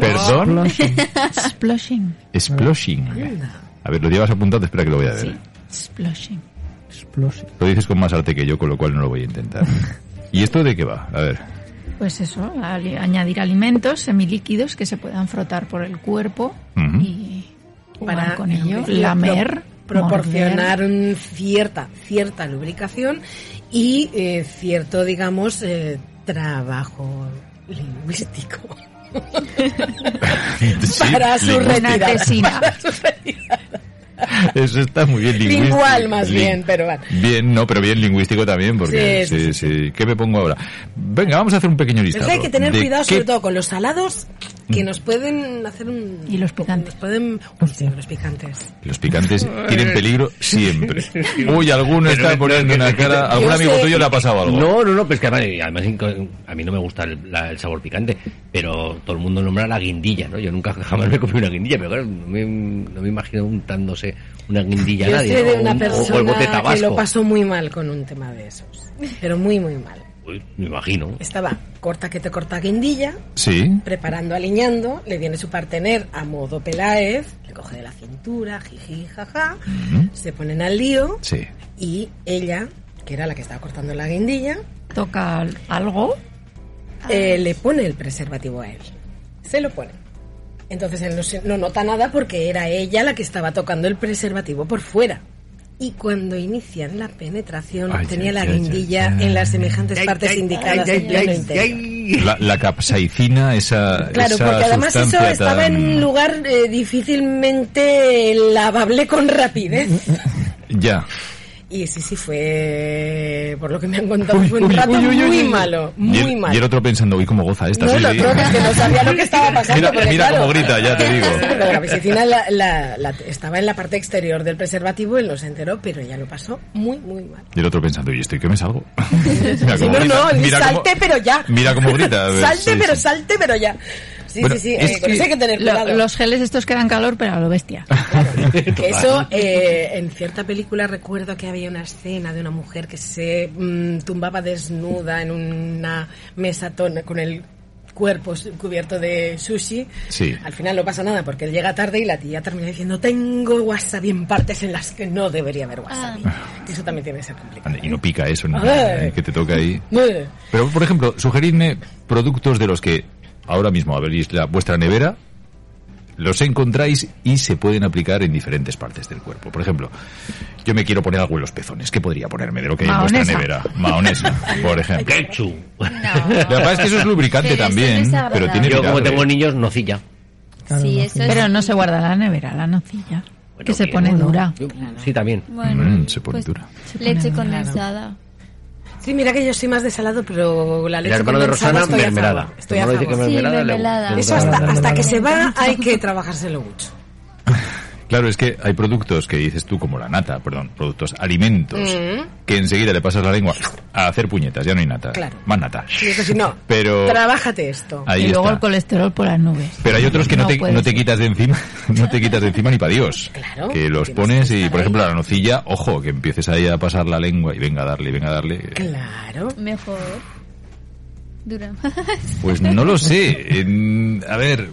Perdón. Splashing. Splashing. A ver, lo llevas apuntado, espera que lo voy a ver. Sí, splashing. Explosivo. Lo dices con más arte que yo, con lo cual no lo voy a intentar. ¿Y esto de qué va? A ver. Pues eso, ali- añadir alimentos semilíquidos que se puedan frotar por el cuerpo Ujú. y jugar para con ello, en lamer, pro- proporcionar morder. un cierta cierta lubricación y eh, cierto digamos eh, trabajo lingüístico Sí, para su lingüística. Una retirada. tesina. Eso está muy bien lingüístico. Lingual, más Lin- bien, pero bueno. Bien, no, pero bien lingüístico también, porque sí, Sí, sí, ¿Qué me pongo ahora? Venga, vamos a hacer un pequeño Pero listado. hay que tener de cuidado qué- sobre todo con los salados Mm. que nos pueden hacer un Y los picantes. nos pueden hostia, los picantes Los picantes tienen peligro siempre. Uy, alguno está poniendo una cara. Algún Yo amigo sé. tuyo le ha pasado algo. No, no, no, pues que además, y además inco- a mí no me gusta el, la- el sabor picante, pero todo el mundo nombra la guindilla, ¿no? Yo nunca jamás me comí una guindilla, pero claro, no me, no me imagino untándose una guindilla a yo nadie. sé de ¿no? una O- persona o el bote de que lo tabasco. pasó muy mal con un tema de esos pero muy muy mal Uy, me imagino. estaba corta que te corta guindilla Sí. preparando, aliñando, le viene su partener a modo Peláez, le coge de la cintura, jiji, jaja, se ponen al lío Sí. y ella, que era la que estaba cortando la guindilla, Toca al- algo. eh, le pone el preservativo a él. Se lo pone. Entonces él no, se- no nota nada porque era ella la que estaba tocando el preservativo por fuera. Y cuando inician la penetración, Ay, tenía ay, la ay, guindilla ay, en las semejantes partes indicadas. en el interior. La, la capsaicina, esa. Claro, esa porque además eso sustancia estaba tan- en un lugar eh, difícilmente lavable con rapidez. Mm, Ya. Y sí, sí, fue, por lo que me han contado, fue un Uy, rato uy, uy, uy, muy uy. malo, Y el- muy Y el malo. otro pensando, uy, cómo goza esta. No, sí, lo sí. otro es que no sabía lo que estaba pasando. Mira- porque, mira claro, cómo grita, ya te digo. Pero la piscina la- la- la- estaba en la parte exterior del preservativo, él no se enteró, pero ya lo pasó muy, muy mal. Y el otro pensando, ¿y estoy que me salgo? Mira Sí, cómo no, grita, no, él mira cómo- salte, pero ya. Mira cómo grita. a ver, salte, sí, pero sí. salte, pero ya. Sí, Bueno, sí, sí, es eh, con que- eso hay que tener Lo- cuidado. los geles estos que dan calor, pero a lo bestia. Que eso, eh, en cierta película recuerdo que había una escena de una mujer que se mm, tumbaba desnuda en una mesa ton- con el cuerpo su- cubierto de sushi. Sí. Al final no pasa nada porque él llega tarde y la tía termina diciendo tengo wasabi en partes en las que no debería haber wasabi. Eso también tiene que ser complicado. Anda, Y no pica eso, ¿no? A ver. Eh, que te toca ahí. Bueno, Pero, por ejemplo, sugeridme productos de los que ahora mismo abrís la, vuestra nevera, los encontráis y se pueden aplicar en diferentes partes del cuerpo. Por ejemplo, yo me quiero poner algo en los pezones. ¿Qué podría ponerme de lo que hay en vuestra Mahonesa. nevera? Mahonesa, por ejemplo. Ketchup. La verdad es que eso es lubricante Pero eso no también, es agradable. pero tiene Yo, como vinagre. tengo niños, nocilla. Sí, eso es. Pero no se guarda en la nevera, la nocilla. Bueno, que se bien, pone bueno. dura. Yo- Sí, también. Bueno, Mm, se pone pues, dura. Leche pone dura, condensada. sí, mira que yo soy más de salado, pero la El leche hermano de condensada Rosana, estoy a mermelada. favor, Tu Estoy a hermano dice que favor. Sí, mermelada. le- mermelada. le Eso gusta la hasta, mermelada. hasta que se va hay que trabajárselo mucho. Claro, es que hay productos que dices tú como la nata, perdón, productos, alimentos, que enseguida le pasas la lengua a hacer puñetas, ya no hay nata. Claro. Más nata. Y eso sí, no. Pero, Trabájate esto. Ahí y luego está. el colesterol por las nubes. pero hay otros que no, No te, puede no te ser. quitas de encima, no te quitas de encima ni para Dios. que los pones y, por ejemplo, la nocilla, ojo, que empieces ahí a pasar la lengua y venga a darle, venga a darle. Claro. Mejor. Dura. Pues no lo sé. En- a ver.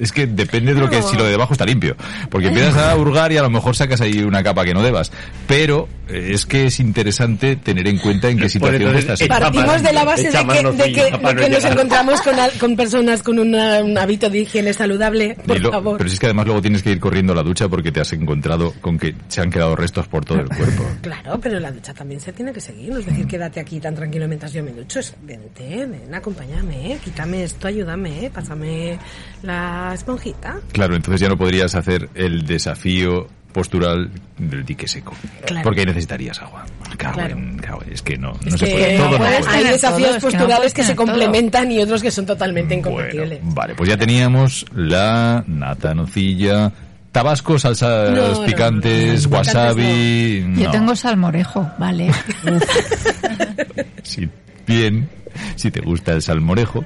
Es que depende de lo que si lo de debajo está limpio, porque empiezas a hurgar y a lo mejor sacas ahí una capa que no debas. Pero eh, es que es interesante tener en cuenta en qué situación entonces, estás. eh, Partimos de la base de Echa que, mano de que- fina para de no que nos llegar. encontramos con, al- con personas con una- un hábito de higiene saludable, Y por lo- favor. pero si es que además luego tienes que ir corriendo a la ducha porque te has encontrado con que se han quedado restos por todo el cuerpo. Claro, pero la ducha también se tiene que seguir. No es decir, quédate aquí tan tranquilo mientras yo me ducho. Es, vente, ven, acompáñame, eh, quítame esto, ayúdame, eh, pásame la esponjita. Claro, entonces ya no podrías hacer el desafío postural del dique seco, Claro. porque ahí necesitarías agua. Cago Claro. en- cago en- es que no, no Es se que puede. Todo no hay- puede. hay Todo, desafíos es que no posturales puedes que, se tener todo. complementan y otros que son totalmente incompatibles. Vale, pues ya teníamos la nata, nocilla, tabasco, salsas No, no, picantes, no, no, wasabi. Yo no. tengo salmorejo, vale. Si, bien, si te gusta el salmorejo.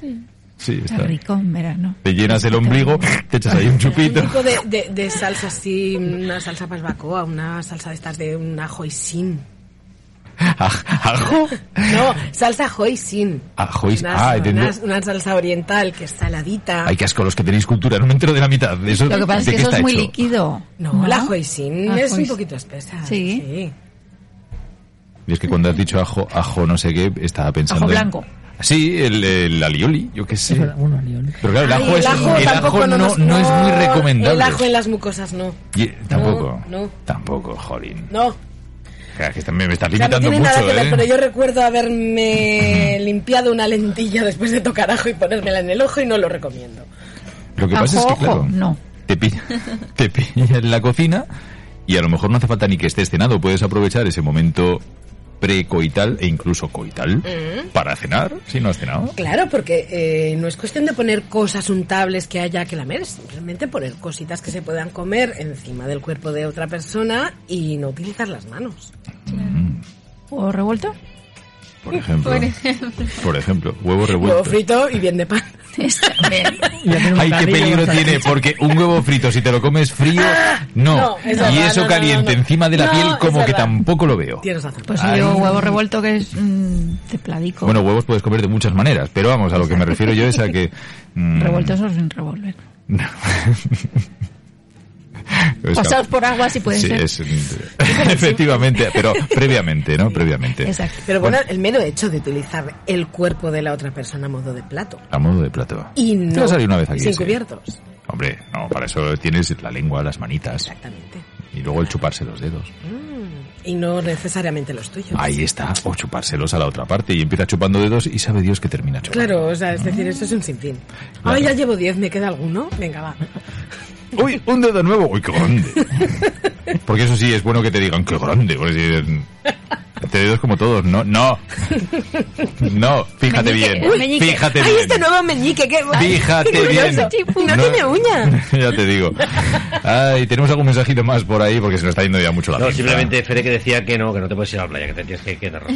Sí. Sí, Está está. rico en verano. Te llenas el ombligo, te echas ahí un Un chupito. tipo de, de, de salsa así, una salsa barbacoa, una salsa de estas de un hoisin. Aj- Ajo. No, salsa hoisin. Ajo y- Una, Ah, una- entiendo. una salsa oriental que es saladita. Ay, qué asco los que tenéis cultura, no me entero de la mitad. de Eso, Lo que pasa es ¿de que qué eso está es muy hecho? líquido. No, la hoisin La es un hoisin. poquito espesa. Sí. Y es que cuando has dicho ajo, ajo no sé qué, estaba pensando. Ajo en- blanco. Sí, el, el alioli, yo qué sé. Es verdad, bueno, alioli. Pero claro, el Ay, ajo, es, el tampoco ajo no, nos- no es muy no, recomendable. El ajo en las mucosas no. Y- eh, tampoco. no. Tampoco, jolín. No. Claro, que también me estás O sea, no limitando tiene mucho, nada que ver, ¿eh? pero yo recuerdo haberme limpiado una lentilla después de tocar ajo y ponérmela en el ojo y no lo recomiendo. Lo que Ajo, pasa es que, ojo, claro, no. te, pilla, te pilla en la cocina y a lo mejor no hace falta ni que estés cenado. Puedes aprovechar ese momento precoital e incluso coital Mm. para cenar, si no has cenado. Claro, porque eh, no es cuestión de poner cosas untables que haya que lamer, es simplemente poner cositas que se puedan comer encima del cuerpo de otra persona y no utilizar las manos. ¿O revuelto? Por ejemplo. Por ejemplo. huevo revuelto. Huevo frito y bien de pan. Está bien. Y ya tiene un Ay, qué bocadillo peligro bastante- tiene, porque un huevo frito, si te lo comes frío, no. no, es verdad, y eso no, no, caliente no, no. encima de la No, piel, es como que verdad. tampoco lo veo. Tienes razón. Pues Ay. yo huevo revuelto que es mm, templadico. Bueno, huevos puedes comer de muchas maneras, pero vamos, a lo que me refiero yo es a que... mm, Revueltos o sin revolver. no. Es Pasados cap- por agua si pueden Sí, ser. es- efectivamente, pero previamente, ¿no? Previamente. Exacto. Pero bueno, el mero hecho de utilizar el cuerpo de la otra persona a modo de plato. A modo de plato. Y Te no va a salir una vez aquí, sin sí. cubiertos. Hombre, no, para eso tienes la lengua, las manitas Exactamente. y luego el chuparse los dedos. Y no necesariamente los tuyos. Ahí está, o chupárselos a la otra parte y empieza chupando dedos y sabe Dios que termina chupando. Claro, o sea, es decir, esto es un sinfín. Claro. Ay, ya llevo 10, ¿me queda alguno? Venga, va. ¡Uy, un dedo nuevo! ¡Uy, qué grande! Porque eso sí, es bueno que te digan, ¡qué grande! Porque si- te dedos como todos, ¿no? ¡No! No, fíjate Meñique, bien. meñique. Fíjate ¡Ay, bien. este nuevo meñique! ¡Qué Fíjate qué bien. curioso. Y no, tiene uña. ya te digo. Ay, tenemos algún mensajito más por ahí porque se nos está yendo ya mucho la No, pinza. simplemente Fede que decía que no, que no te puedes ir a la playa, que te tienes que quedar.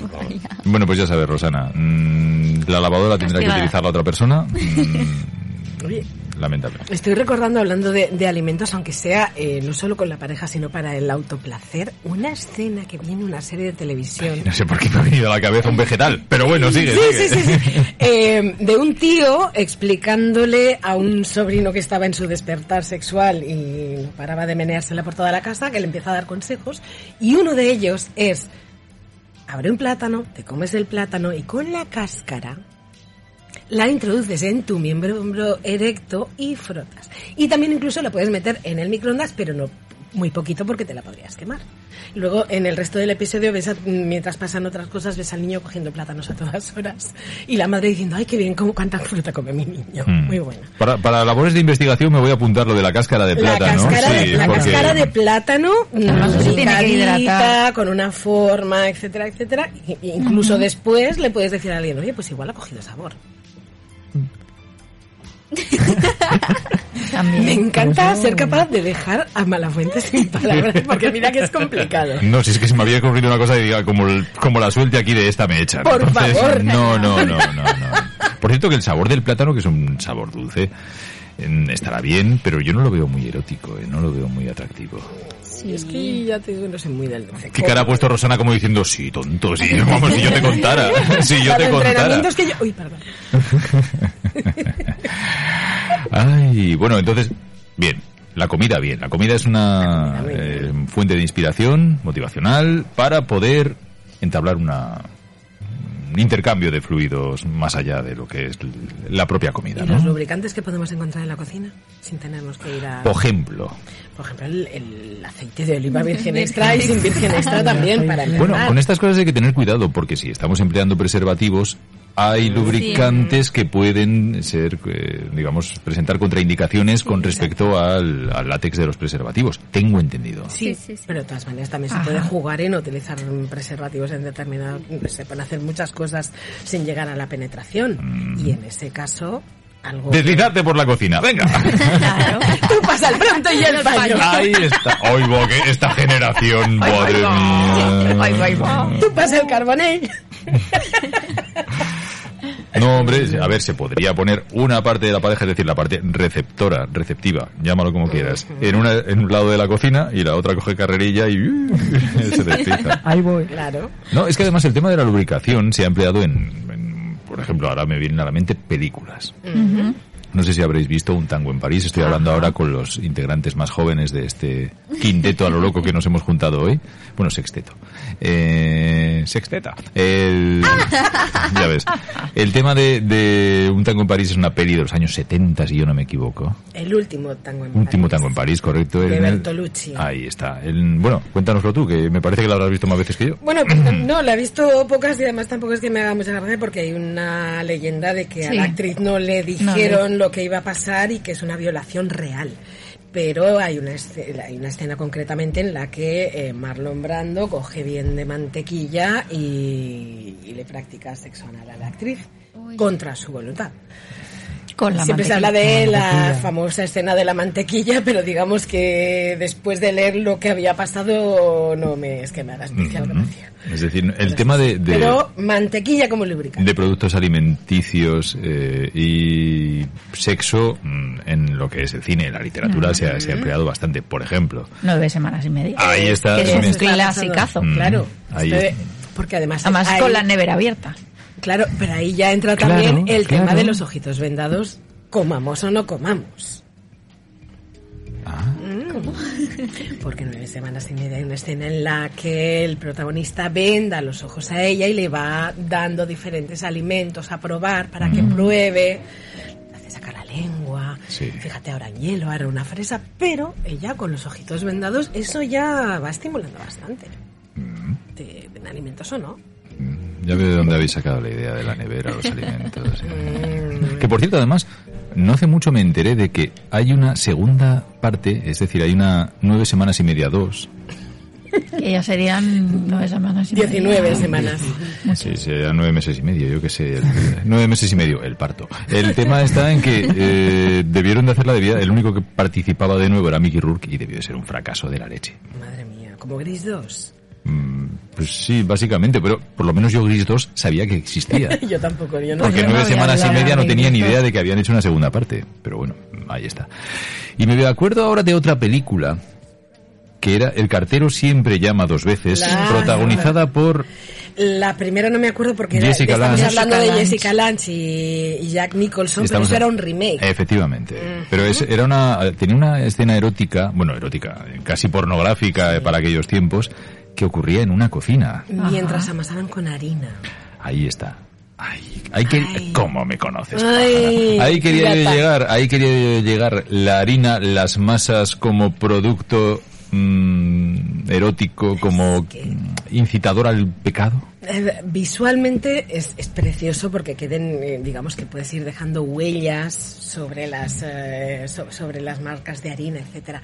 Bueno, pues ya sabes, Rosana. mm, la lavadora tendrá que Castigada. utilizar la otra persona. mm, Oye, lamentable. Estoy recordando, hablando de, de alimentos, aunque sea eh, no solo con la pareja, sino para el autoplacer, una escena que viene en una serie de televisión. No sé por qué me ha venido a la cabeza un vegetal, pero bueno, sigue. Sí, sigue. sí, sí, sí. Eh, de un tío explicándole a un sobrino que estaba en su despertar sexual y no paraba de meneársela por toda la casa, que le empieza a dar consejos. Y uno de ellos es, abre un plátano, te comes el plátano y con la cáscara la introduces en tu miembro erecto y frotas. Y también incluso la puedes meter en el microondas, pero no muy poquito porque te la podrías quemar. Luego, en el resto del episodio, ves a- mientras pasan otras cosas, ves al niño cogiendo plátanos a todas horas y la madre diciendo, ay, qué bien, cómo, cuánta fruta come mi niño. Mm. Muy buena. Para, para labores de investigación me voy a apuntar lo de la cáscara de La plata, ¿no? cáscara, Sí, de, la porque- cáscara de plátano, Además, eso se tiene que picadita, hidratar. con una forma, etcétera, etcétera. Y- y incluso después le puedes decir a alguien, oye, pues igual ha cogido sabor. También. Me encanta ser capaz de dejar a Malafuente sin palabras, porque mira que es complicado. No, si es que se me había ocurrido una cosa y diga, como, el- como la suelte aquí de esta me echan. Por favor. No, no, no, no, no. Por cierto que el sabor del plátano, que es un sabor dulce, en- estará bien, pero yo no lo veo muy erótico, eh, no lo veo muy atractivo. Es que ya te digo, no soy muy del dulce. ¿Qué cara ha puesto Rosana como diciendo, sí, tonto, sí, vamos, si yo te contara, si yo Para te contara? entrenamientos que yo... Uy, perdón. Ay, bueno, entonces, bien, la comida bien. La comida es una eh, fuente de inspiración motivacional para poder entablar una un intercambio de fluidos más allá de lo que es l- la propia comida, ¿Y los ¿no? lubricantes que podemos encontrar en la cocina? Sin tenernos que ir a... Por ejemplo. Por ejemplo, el, el aceite de oliva virgen extra y sin virgen extra también para el Bueno, con este- estas cosas hay que tener cuidado porque si estamos empleando preservativos hay lubricantes que pueden ser, eh, digamos, presentar contraindicaciones con respecto al, al látex de los preservativos. Tengo entendido. Sí, pero de todas maneras también se Ajá. puede jugar en utilizar preservativos en determinado... Se pueden hacer muchas cosas sin llegar a la penetración. Mm. Y en ese caso, algo... Deslizarte por la cocina, venga. Tú pasa el pronto y el paño. Ahí está. Oigo que esta generación, madre mía. Tú pasa el carboné. No, hombre, a ver, se podría poner una parte de la pareja, es decir, la parte receptora, receptiva, llámalo como quieras, en, una, en un lado de la cocina y la otra coge carrerilla y uh, se desliza. Ahí voy. Claro. No, es que además el tema de la lubricación se ha empleado en, en, por ejemplo, ahora me vienen a la mente películas. No sé si habréis visto un tango en París. Estoy hablando ahora con los integrantes más jóvenes de este quinteto a lo loco que nos hemos juntado hoy. Bueno, sexteto. Eh, sexteta. El, ya ves. El tema de, de un tango en París es una peli de los años 70, si yo no me equivoco. El último tango en Último París. tango en París, correcto. De en el- Bertolucci. Ahí está. El- bueno, cuéntanoslo tú, que me parece que lo habrás visto más veces que yo. Bueno, pues, no, la he visto pocas y además tampoco es que me haga mucha gracia porque hay una leyenda de que a Sí. la actriz no le dijeron lo que iba a pasar y que es una violación real. Pero hay una, escena, hay una escena concretamente en la que eh, Marlon Brando coge bien de mantequilla y, y le practica sexo anal a la actriz contra su voluntad. Con la Siempre se mantequilla. habla de la famosa escena de la mantequilla, pero digamos que después de leer lo que había pasado no me es que me haga especial gracia. Es decir, el tema de, de- Pero mantequilla como lubricante. de productos alimenticios eh, y sexo mm, en lo que es el cine, la literatura se, ha, se ha empleado bastante, por ejemplo. Nueve semanas y media. Ahí está, Que es es un- un Está pasando. clasicazo. Mm. Claro. Ahí Esto de- está. porque además, Además, ahí- con la nevera abierta. claro, pero ahí ya entra Claro, también el tema claro. de los ojitos vendados, comamos o no comamos. Ah. ¿Cómo? Mm. Porque nueve semanas y media hay una escena en la que el protagonista venda los ojos a ella y le va dando diferentes alimentos a probar para que pruebe. Le hace sacar la lengua. Mm. Sí. Fíjate, ahora hielo, ahora una fresa. Pero ella con los ojitos vendados, eso ya va estimulando bastante. Mm. De, de alimentos o no. Ya veo de dónde habéis sacado la idea de la nevera, los alimentos. que por cierto, además, no hace mucho me enteré de que hay una segunda parte, es decir, hay una nueve semanas y media dos. Que ya serían nueve semanas y media. 19 semanas. Sí, será nueve meses y medio, yo qué sé. el- nueve meses y medio, el parto. El tema está en que eh, debieron de hacerla debida. El único que participaba de nuevo era Mickey Rourke y debió de ser un fracaso de la leche. Madre mía, como Gris 2. Mm, Pues sí, básicamente, pero por lo menos yo Gris 2 sabía que existía. Yo tampoco, yo no. Porque yo no nueve había semanas y hablado media de no Gris tenía ni 2. idea de que habían hecho una segunda parte. Pero bueno, ahí está. Y me acuerdo ahora de otra película que era El cartero siempre llama dos veces, Claro. protagonizada por... La primera no me acuerdo porque era- Jessica estamos Lange. hablando de Jessica Lange. Jessica Lange y, y Jack Nicholson, Estamos- pero eso era un remake. Efectivamente. Pero es- era una, tenía una escena erótica, bueno, erótica, casi pornográfica eh, para aquellos tiempos, que ocurría en una cocina. mientras amasaban con harina. Ahí está. Ay, ahí que- Ay. ¿Cómo me conoces? Ay, pájara? ahí quería yo pirata. llegar, ahí quería yo llegar. La harina, las masas como producto mm, erótico, como mm, incitador al pecado. Eh, Visualmente es, es precioso porque queden, eh, digamos que puedes ir dejando huellas sobre las, eh, so- sobre las marcas de harina, etcétera.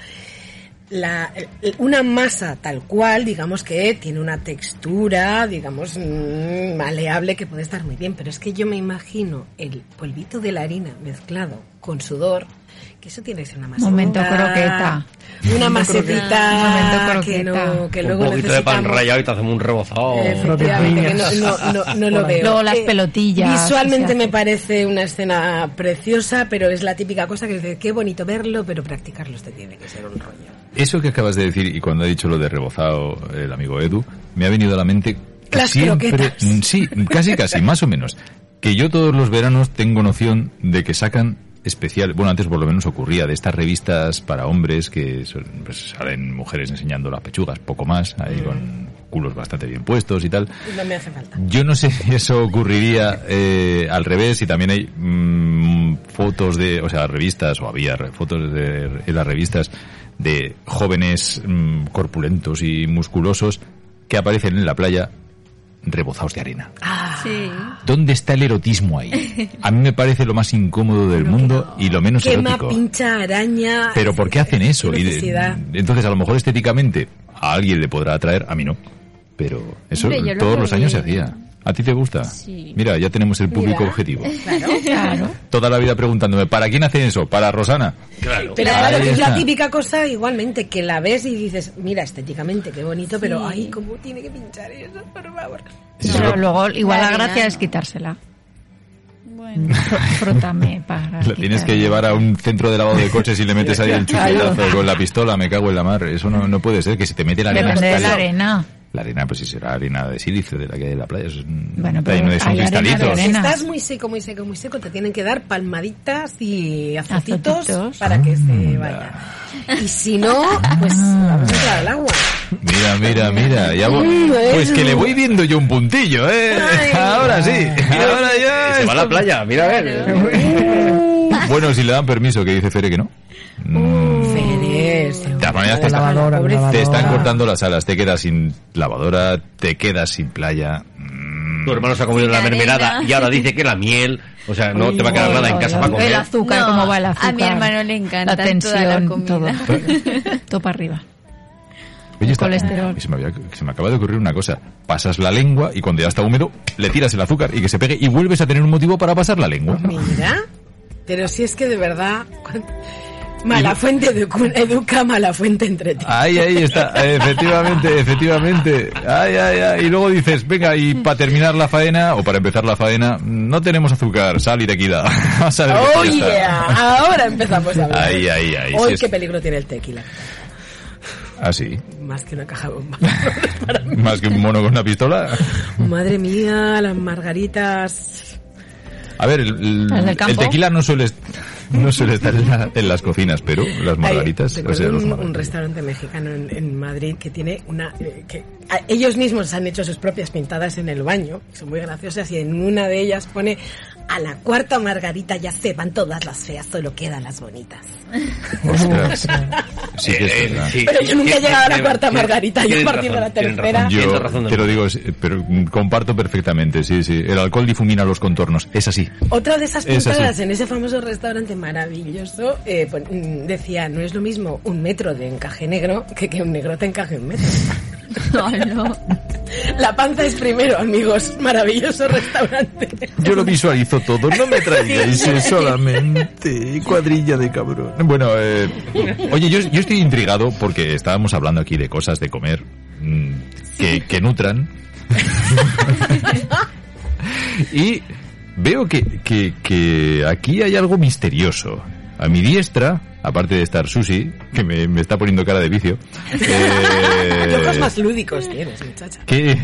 La, eh, una masa tal cual, digamos que tiene una textura, digamos, mm, maleable que puede estar muy bien, pero es que yo me imagino el polvito de la harina mezclado con sudor que eso tiene que ser una maceta. Momento croqueta. Una Momento croqueta. macetita Momento que, no, croqueta. que Un luego poquito de pan necesitamos. rallado y te hacemos un rebozado. Oh. Eh, Efectivamente, que no, no- no- no lo veo. Luego las Eh, pelotillas. Visualmente que se me parece una escena preciosa, pero es la típica cosa que dices, qué bonito verlo, pero practicarlo te tiene que ser un rollo. Eso que acabas de decir y cuando he dicho lo de rebozado el amigo Edu, me ha venido a la mente que Las siempre, croquetas. Mm, sí, casi casi, más o menos, que yo todos los veranos tengo noción de que sacan especial, bueno, antes por lo menos ocurría de estas revistas para hombres que son- pues, salen mujeres enseñando las pechugas, poco más, ahí con culos bastante bien puestos y tal. No me hace falta. Yo no sé si eso ocurriría eh, al revés, y también hay mm, fotos de, o sea, revistas, o había re- fotos de, en las revistas de jóvenes mm, corpulentos y musculosos que aparecen en la playa rebozados de arena. Sí. ¿Dónde está el erotismo ahí? A mí me parece lo más incómodo del mundo y lo menos Quema, erótico. pincha, araña. Pero ¿por qué hacen eso? Qué Y de- necesidad. entonces, a lo mejor estéticamente a alguien le podrá atraer, a mí no. Pero eso Hombre, yo lo todos veo los años se bien. hacía. ¿A ti te gusta? Sí. Mira, ya tenemos el público Mira. objetivo. hacía. Claro. Toda la vida preguntándome, ¿para quién hacen eso? ¿Para Rosana? Pero Ahí claro, que es la Ah, está. típica cosa igualmente que la ves y dices, mira, estéticamente qué bonito, pero ay, cómo tiene que pinchar eso, por favor. Eso Pero lo- luego, igual La la arena, gracia ¿no? es quitársela. Bueno. Frótame para. La tienes que quitar. llevar a un centro de lavado de coches y le metes ahí el chupetazo con la pistola, me cago en la mar. Eso no, no puede ser, que se te mete la arena. Depende de la cristalina. arena. La arena, pues si será arena de sílice de la que hay en la playa. eso es un- Bueno, está pero lleno de- son hay arena de cristalitos. Si arena. estás muy seco, muy seco, muy seco, te tienen que dar palmaditas y azotitos, Azotitos. para que se vaya. Y si no, pues Ah. vamos a entrar al agua. Mira, mira, mira. Ya voy- Mm, Pues eso. que le voy viendo yo un puntillo, ¿eh? Ay. ahora sí. Ahora ya. Se va a la esto- playa, mira a ver. Bueno, si le dan permiso, que dice Fere que no. Uh. Feres. De todas maneras, te, La está- lavadora, la Te lavadora. te están cortando las alas. Te quedas sin lavadora, te quedas sin playa. Mm. Tu hermano se ha comido Sin la mermelada arena. y ahora dice que la miel. O sea, no te va a quedar Ay, nada en no, casa no. para comer. El azúcar, No, cómo va el a azúcar. mi hermano le encanta La tensión, toda la comida. todo. todo para arriba. Oye, está- colesterol. Se me, había- se me acaba de ocurrir una cosa. Pasas la lengua y cuando ya está húmedo, le tiras el azúcar y que se pegue y vuelves a tener un motivo para pasar la lengua. Mira, pero si es que de verdad, cuan- mala fuente edu- educa, mala fuente entretiene. Ahí, ahí está, efectivamente, efectivamente. Ay, ay, ay. Y luego dices, venga, y para terminar la faena, o para empezar la faena, no tenemos azúcar, sal y tequila. Vas a ver qué Oh tal está. yeah, ahora empezamos a hablar. Ahí, ahí, ahí. Hoy Sí, es- qué peligro tiene el tequila, Ah, sí. más que una caja bomba. Más que un mono con una pistola. Madre mía, las margaritas. A ver, el, ¿Las del el- el campo? tequila no suele, est- no suele estar en, la- en las cocinas, pero las Ay, margaritas. recuerdo o sea, los un, un margaritas. restaurante mexicano en, en Madrid que tiene una eh, que a- ellos mismos han hecho sus propias pintadas en el baño, que son muy graciosas y en una de ellas pone a la cuarta margarita ya se van todas las feas, solo quedan las bonitas. Ostras. Sí que es Eh, verdad. sí. Pero yo nunca he llegado a la cuarta Tienes- margarita, yo a tienes partir de razón, la tienes tercera. razón, Yo tienes razón. te lo digo, sí, pero mm, comparto perfectamente, sí, sí. El alcohol difumina los contornos, es así. Otra de esas Es así. pintadas en ese famoso restaurante maravilloso eh, pon- mm, decía, no es lo mismo un metro de encaje negro que que un negro te encaje un metro. No, no. La panza es primero, amigos. Maravilloso restaurante. Yo lo visualizo todo, no me traigáis solamente cuadrilla de cabrón. Bueno, eh, oye, yo, yo estoy intrigado porque estábamos hablando aquí de cosas de comer mm, que, que nutran. y veo que, que, que aquí hay algo misterioso. A mi diestra, aparte de estar Susi, que me, me está poniendo cara de vicio, Ah, Qué Ojos eh, más lúdicos tienes, muchacha. ¿qué,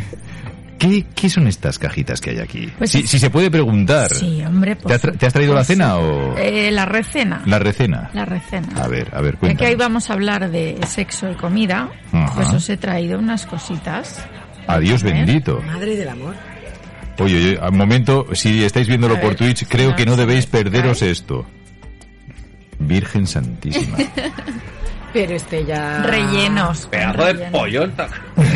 qué, qué son estas cajitas que hay aquí? Pues si, es- si se puede preguntar. Sí, hombre. por ¿Te, has tra- te has traído la supuesto. cena o Eh, la recena. la recena? La recena. A ver, a ver, Ya que cuéntame. ahí vamos a hablar de sexo y comida, Ajá. pues os he traído unas cositas. Adiós ¿Eh? bendito. Madre del amor. Oye, oye, al momento, si estáis viéndolo A por ver, Twitch, si creo no, que no si debéis no, perderos esto. Virgen Santísima. Pero este Ah. ya. Rellenos. con Pedazo de relleno. pollo. Pues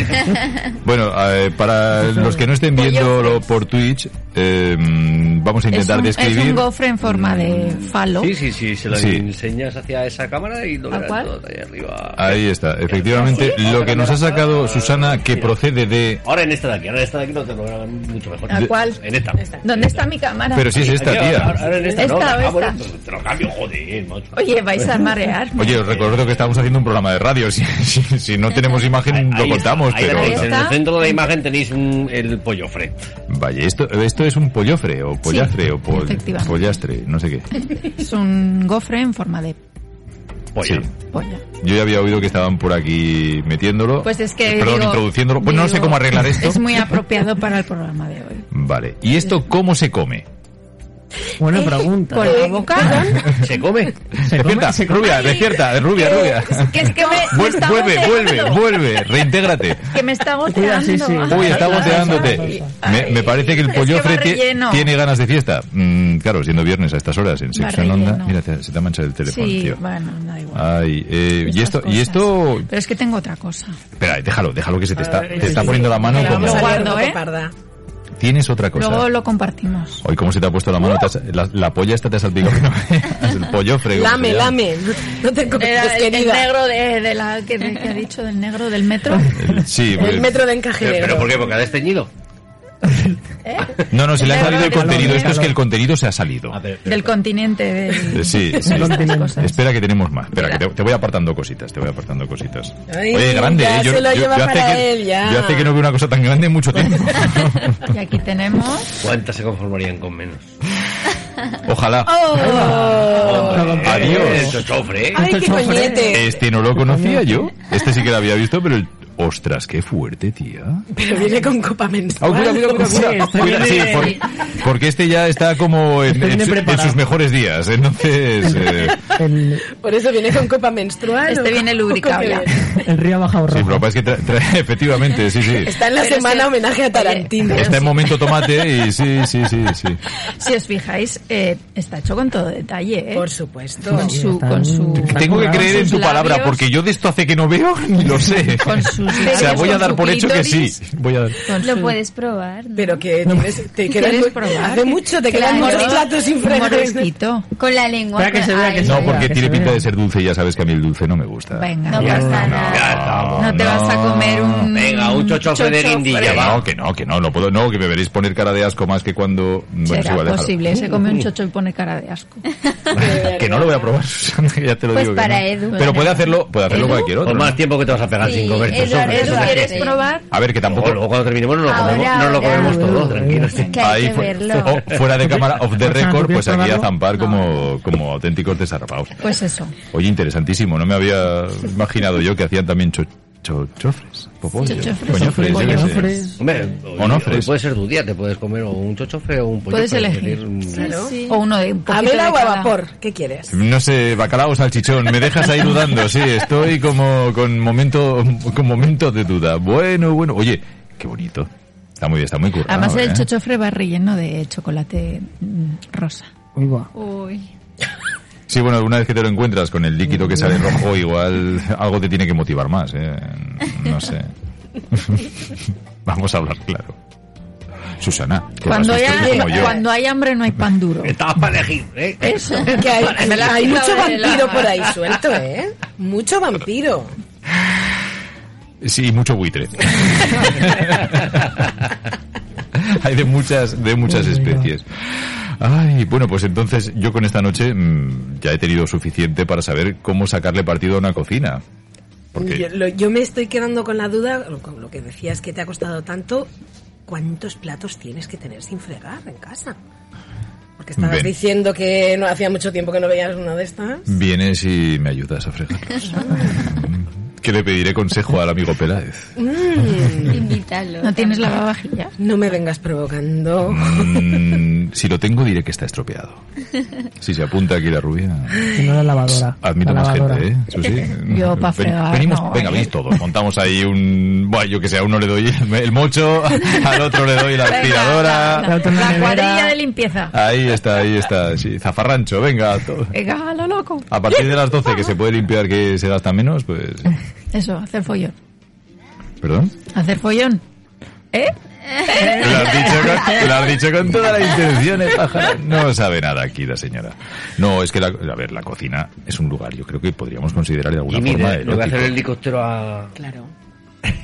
Bueno, eh, para los que no estén viéndolo por Twitch, eh, vamos a intentar es un, describir. Es un gofre en forma de falo. Sí, sí, sí, se lo Sí. enseñas hacia esa cámara y lo ¿A verás cuál? todo ahí arriba. Ahí está, efectivamente, lo que nos ha sacado Susana, que procede de... Ahora en esta de aquí, ahora en esta de aquí no te lo verán mucho mejor. ¿A De- cuál? En esta. ¿Dónde está mi cámara? Pero si es esta, Aquí, ahora- tía. Ahora en esta, no. Esta o Ah, bueno, esta. pues te lo cambio, joder, macho. Oye, vais a marear. Oye, os recuerdo que estamos haciendo un programa de radio. Si, si, si no tenemos imagen, Ahí lo está, contamos, ahí la pero... tenéis. está. En el centro de la imagen tenéis un- el pollofre. Vaya, esto, esto es un pollofre, o pollafre, o pol- efectivamente. pollastre, no sé qué. Es un gofre en forma de Sí. Pollo. polla. Yo ya había oído que estaban por aquí metiéndolo. eh, Pues es que. Perdón, digo- introduciéndolo. Pues no digo, sé cómo arreglar es- esto. Es muy apropiado para el programa de hoy. Vale. ¿Y esto cómo se come? Buena pregunta. Eh, Con Eh, la boca. Eh, ¿Se come? come, Despierta, se come. rubia, despierta, rubia, rubia. Que es que me, me Vuel- está vuelve, vuelve, goteando. vuelve, reintégrate. Que me está Cuida, goteando. sí, sí. ah, Uy, está Ay, goteándote. ay, Me, me parece que el es pollofre va tie- relleno. tiene ganas de fiesta. Mm, claro, siendo viernes a estas horas en sección onda. relleno. Mira, te- se te ha manchado el teléfono, Sí, tío. bueno, da igual. Ay, eh, y Estas esto, y cosas. esto, Pero es que tengo otra cosa. espera, déjalo, déjalo que se te está, Ay, te está sí. poniendo la mano Te la como, vamos a- Saliendo Guardo, de ¿eh? parda. tienes otra cosa. Luego lo compartimos. Hoy, ¿cómo se te ha puesto la mano? Te has- la, la polla esta te ha salpicado. No, es el pollofre. como Lame, se llama. lame. No, no te cortes, Era el, el querida. negro de, de la que, de- que ha dicho del negro del Ah, metro. El- Sí, pues, El metro de encaje eh, ¿Pero, negro. pero por qué? ¿Porque la has teñido? No, no, si le ha El salido el calor, contenido. Esto calor, es que calor. el contenido se ha salido. Del continente. Eh, del- Sí, sí. Del continente. Espera que tenemos más. Espera, que te, te voy apartando cositas, te voy apartando cositas. Ay, Oye, grande, ya ¿eh? Yo, se lo yo- lleva yo hace para que, él, ya. yo hace que no veo una cosa tan grande en mucho tiempo. Y aquí tenemos. ¿Cuántas se conformarían con menos? Ojalá. Oh. Oh. Adiós. Eh, Eso es cofre, ¿eh? Ay, qué coñete. Este no lo conocía yo. Este sí que lo había visto, pero el... Ostras, qué fuerte, tía. Pero viene con copa Ah, menstrual. cuida, cuida, cuida, Sí, cuida. está Cuida, sí, bien. por- porque este ya está como en, Este en viene su- en preparado. sus mejores días. Entonces, eh, El, Por eso viene con copa menstrual. Este ¿o viene cómo lubricado que ya. viene? el río ha bajado sí, rojo. pero es que tra- tra- efectivamente, sí, sí. Está en la Pero semana sí. homenaje a Tarantino. ¿eh? Está en este momento tomate y sí, sí, sí, sí. Si os fijáis, eh, está hecho con todo detalle. ¿eh? Por supuesto. con su, Está con su bien. Tengo que curado. creer en tu Sus palabra labios. porque yo de esto hace que no veo ni lo sé. Con sus o sea, labios, voy a con dar su por hecho que sí. clítoris. Voy a dar. con Lo su- puedes probar. ¿no? Pero que tienes- te quedan ¿Quieres muy- probar? hace mucho te quedan Claro. muchos platos sin Un fregar. mordisquito. Con la lengua. Espera que con- se vea ay, que se No, vea. porque tiene se pinta vea. de ser dulce y ya sabes que a mí el dulce no me gusta. Venga, No ya. pasa nada. No te vas a comer un- Venga, un chochofe de Chochofe. guindilla, Que va. no, que no, que no, lo puedo, no, que me veréis poner cara de asco más que cuando... Bueno, es Será igual, déjalo. posible. Se come un chocho y pone cara de asco. que no lo voy a probar, Susana, que ya te lo Pues digo. que para no. Edu. Pero puede hacerlo, puede hacerlo Edu. cualquier otro. Con más tiempo que te vas a pegar Sí, sin comerte. Edu, sobre, Edu, eso es ¿quieres así. ¿Quieres probar? A ver, que Luego, tampoco... luego cuando terminemos nos lo Ahora, comemos, nos lo ahora. comemos todo, tranquilos. Pues Que hay que fue- verlo. o fuera de cámara, off the Ojalá, ¿tú record, pues quieres aquí a probarlo? zampar como, como auténticos desarrapados. Pues eso. Oye, interesantísimo, no me había imaginado yo que hacían también cho- cho- chofres, popollos, Chochofres. coñofres, yo qué sé. Coñofres. Hombre, O no, hoy- Fres. hoy puede ser tu día, te puedes comer o un chochofe o un pollo. Puedes pero elegir. pedir un- Sí, sí. O uno de un poquito A ver, de agua cada. vapor. ¿Qué quieres? No sé, bacalao o salchichón, me dejas ahí dudando, sí, estoy como con momento, con momentos de duda. Bueno, bueno, oye, qué bonito. Está muy bien, está muy currado. Además, ¿eh? el chochofre Ah, va relleno de chocolate mm, rosa. Uy, guau. Uy. Sí, bueno, una vez que te lo encuentras con el líquido que sale rojo, igual algo te tiene que motivar más, ¿eh? No sé. Vamos a hablar claro. Susana, que Cuando, vas hay, vestida como yo. ¿eh? cuando hay hambre no hay pan duro. Estabas para elegir, ¿eh? Eso. Que hay, Me la has hay mucho quitado de la vampiro mano. por ahí suelto, ¿eh? Mucho vampiro. Sí, mucho buitre. hay de muchas, de muchas especies. Ay, bueno, pues entonces yo con esta noche mm, ya he tenido suficiente para saber cómo sacarle partido a una cocina. Porque Yo, lo- yo me estoy quedando con la duda, lo- con lo que decías que te ha costado tanto, ¿cuántos platos tienes que tener sin fregar en casa? Porque estabas Ven. diciendo que no hacía mucho tiempo que no veías una de estas. Vienes y me ayudas a fregarlos. que le pediré consejo al amigo Peláez. Invítalo. ¿No tienes lavavajillas? Mm, No me vengas provocando. Mm, si lo tengo, diré que está estropeado. Si se apunta aquí la rubia. Y no la lavadora. Admito la más lavadora. gente, ¿eh? Eso sí. Yo pa' Ven- fregar, venimos, no, venga, eh. venís todos. Montamos ahí un. Bueno, yo que sé, a uno le doy el, el mocho, al otro le doy la Venga, aspiradora. la- otra la nevera. cuadrilla de limpieza. Ahí está, ahí está. Sí, zafarrancho, venga. todo. Venga, a lo loco. A partir de las 12 que se puede limpiar que se gasta menos, pues. Eso, hacer follón. ¿Perdón? Hacer follón. ¿Eh? Lo has dicho con, lo has dicho con todas las intenciones, pájaro. No sabe nada aquí la señora. No, es que la, a ver, la cocina es un lugar, yo creo que podríamos considerar de alguna Y forma mira, le voy a erótico. hacer el helicóptero a... Claro.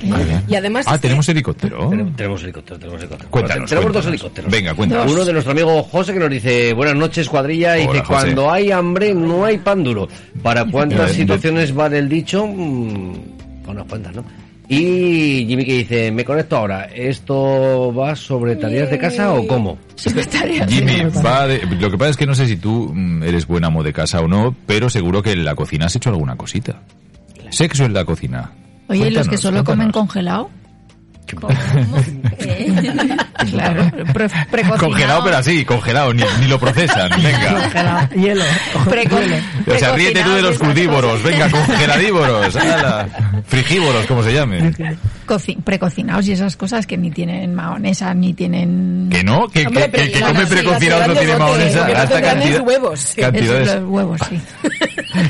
Muy bien. Y además Ah, es que- tenemos helicóptero. Tenemos, tenemos helicópteros, tenemos helicópteros. Oh. Cuéntanos, tenemos cuéntanos. dos helicópteros. Venga, cuéntanos. Uno de nuestro amigo José que nos dice, buenas noches cuadrilla, y Hola, dice, José. cuando hay hambre no hay pan duro. ¿Para cuántas Eh, situaciones va del dicho? Mm, Para unas cuantas, ¿no? Y Jimmy que dice, me conecto ahora, ¿esto va sobre tareas de casa o cómo? Secretaria. Jimmy, va de- lo que pasa es que no sé si tú mm, eres buen amo de casa o no, pero seguro que en la cocina has hecho alguna cosita. Sexo en la cocina. Oye, ¿y los que Cuéntanos, solo comen cuéntanos. congelado? ¿Qué? Claro, pre- precocinado. Congelado, pero así, congelado, ni, ni lo procesan, venga. Era hielo. Preco- O sea, ríete tú de los crudívoros, venga, congeladívoros, ala. frigívoros, como se llame. coci- precocinados y esas cosas que ni tienen maonesas ni tienen Que no, que, Hombre, que, que, pero que ya come no, sí, precocinados no las tiene grandes botes, mahonesa, porque no gasta tendrán cantidad- en huevos, sí. Eso, cantidades, los huevos, sí.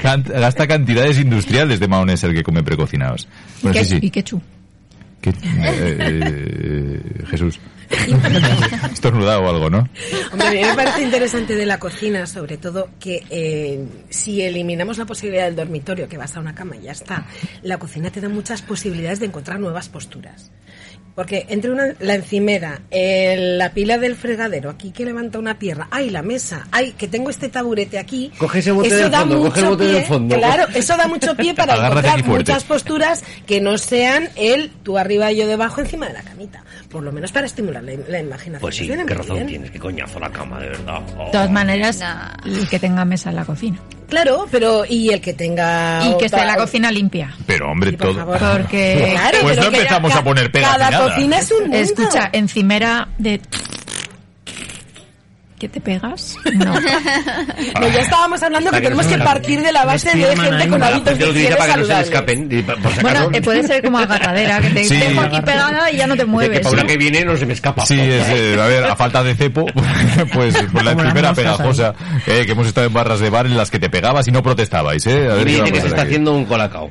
gan- gasta cantidades industriales de mahonesa el que come precocinados. ¿Y, Bueno, qué, Pues sí, sí. y quechú. Que- eh, eh, eh, Jesús. Estornudado o algo, ¿no? Hombre, a mí me parece interesante de la cocina, sobre todo que eh, si eliminamos la posibilidad del dormitorio, que vas a una cama y ya está, la cocina te da muchas posibilidades de encontrar nuevas posturas. Porque entre una, la encimera, el- la pila del fregadero, aquí que levanta una pierna, ay, la mesa, ay, que tengo este taburete aquí. Coge ese bote eso del da fondo, coge el mucho bote del pie- fondo. Claro, eso da mucho pie para Agárrate aquí encontrar fuerte. muchas posturas que no sean el tú arriba y yo debajo encima de la camita. Por lo menos para estimular la, la imaginación. Pues sí, Suena qué muy razón bien. tienes, qué coñazo la cama, de verdad. De Oh. todas maneras, Nah. el que tenga mesa en la cocina. Claro, pero y el que tenga y que esté otra- la cocina limpia. Pero hombre, Sí, por todo. favor. Porque, Claro, Pues pero no que empezamos ca- a poner pegas Cada ni nada. cocina es un mundo. escucha, eh, encimera de... ¿Qué te pegas? No. No, ya estábamos hablando que Para que tenemos no que se partir de la base de gente con Para la hábitos gente de lo utiliza higiene para que no se le saludables. escapen. y pa- por si Bueno, acaso. eh, puede ser como agarradera, que te Sí. dejo aquí pegada y ya no te Dice que mueves. para una ¿no? que viene no se me escapa. Sí, es, eh, a ver, a falta de cepo, pues, pues la Como las primera moscas pegajosa, eh, que hemos estado en barras de bar en las que te pegabas y no protestabais, ¿eh? A ver, Me ¿qué va a dice que se pasar está aquí? haciendo un colacao.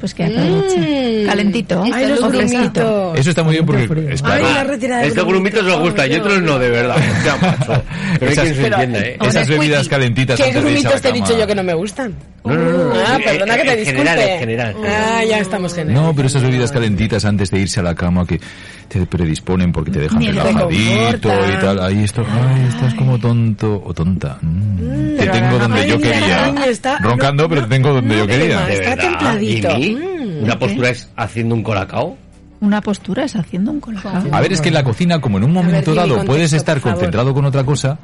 Pues que aproveche. Calentito. Mm. Ay, los o fresquito. grumitos. Eso está muy bien porque... Frío. es Ay, claro. la retirada de Estos grumitos os gusta y otros no, de verdad. O sea, macho. Pero hay Esas- quien se entienda, ¿eh? O Esas de bebidas squeaky. calentitas ¿Qué antes de irse a la grumitos te he dicho cama. yo que no me gustan? No, no, no, no. Ah, Eh, perdona que eh, te en disculpe. general, en general. Ah, ya estamos generales. No, pero esas bebidas calentitas antes de irse a la cama que te predisponen porque te dejan Ni te relajadito y confortan. tal. Ahí esto, ay, estás como tonto o tonta. Mm. te pero tengo ahora no. donde Ay, yo mira, quería. cariño, está- Roncando, no, pero no, te tengo donde no yo te quería. más. De Está verdad. templadito. Mm, ¿Y mí? Una postura es haciendo un colacao. Una postura es haciendo un colacao. A ver, es que en la cocina, como en un momento dime dado contexto, puedes estar por favor. concentrado con otra cosa,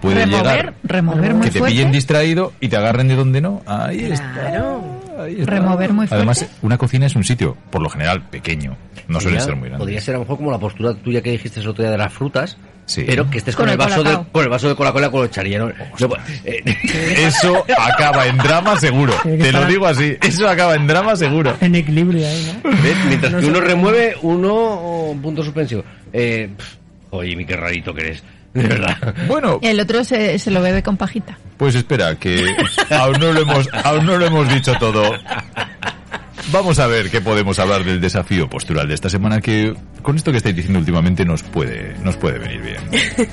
puede remover, llegar remover muy que te fuerte. pillen distraído y te agarren de donde no. Ahí está. Claro. ahí está. Remover muy fuerte. Además, una cocina es un sitio, por lo general, pequeño. No suele Podría- ser muy grande. Podría ser a lo mejor como la postura tuya que dijiste el otro día de las frutas. Sí. Pero que estés con, Con el el vaso de, colacao. con el vaso de Coca-Cola con el charillero. No, eh, Eso acaba en drama seguro. Te lo digo así. Eso acaba en drama seguro. En equilibrio ahí, ¿no? ¿ves? Mientras que uno remueve, uno oh, un punto suspensivo. Eh, pf, oye, mi qué rarito que eres. De verdad. Bueno, El otro se, se lo bebe con pajita. pues espera, que aún no lo hemos, aún no lo hemos dicho todo. Vamos a ver qué podemos hablar del desafío postural de esta semana que con esto que estáis diciendo últimamente nos puede, nos puede venir bien.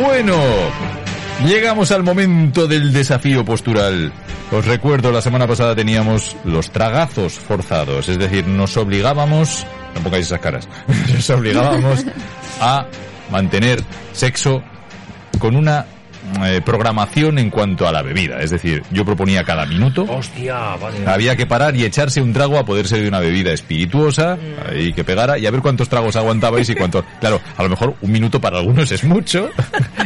Bueno, llegamos al momento del desafío postural. Os recuerdo, la semana pasada teníamos los tragazos forzados, es decir, nos obligábamos, no pongáis esas caras, nos obligábamos a mantener sexo con una eh, programación en cuanto a la bebida, es decir, yo proponía cada minuto. Hostia, vale. Había que parar y echarse un trago a poder ser de una bebida espirituosa Mm. ahí que pegara y a ver cuántos tragos aguantabais y cuántos. Claro, a lo mejor un minuto para algunos es mucho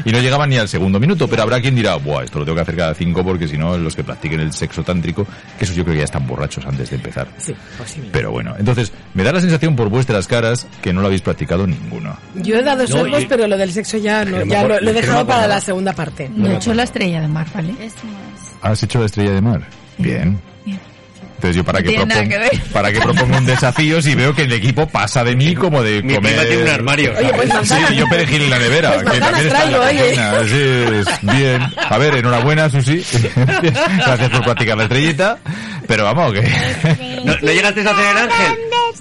y no llegaban ni al segundo minuto, pero habrá quien dirá, buah, esto lo tengo que hacer cada cinco porque si no, los que practiquen el sexo tántrico, que esos yo creo que ya están borrachos antes de empezar. Sí, posible. Pero bueno, entonces me da la sensación por vuestras caras que no lo habéis practicado ninguno. Yo he dado No, sorbos, y- pero lo del sexo ya, no, Que me ya lo, acuer- lo he que me dejado para acordaba. la segunda parte. No he hecho la estrella de mar, ¿vale? Es más. ¿Has hecho la estrella de mar? Bien. Bien. Entonces yo para No qué tiene nada propongo, que ver. para qué propongo un desafío si veo que el equipo pasa de mí como de Mi comer. prima tiene un armario, ¿sabes? Oye, pues manzanas. sí, yo perejil en la nevera. Pues que también manzanas está traigo, en la oye. cocina. Así es. Bien. A ver, enhorabuena, Susi. Gracias por practicar la estrellita. Pero vamos, que ¿No, no llegaste a hacer el ángel?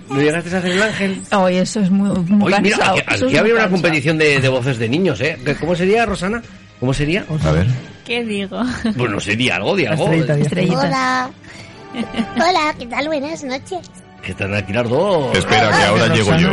¿No llegaste a hacer el ángel? Oye, eso es muy, muy Oye, mira, cansado. aquí, eso es aquí habría muy una cansado. competición de, de voces de niños, ¿eh? ¿Qué- ¿Cómo sería, Rosana? ¿Cómo sería? A ver. ¿Qué digo? Bueno, sería algo, de algo. Hola. Hola, ¿qué tal? Buenas noches. Que están aquí las dos. Espera, que ahora llego yo.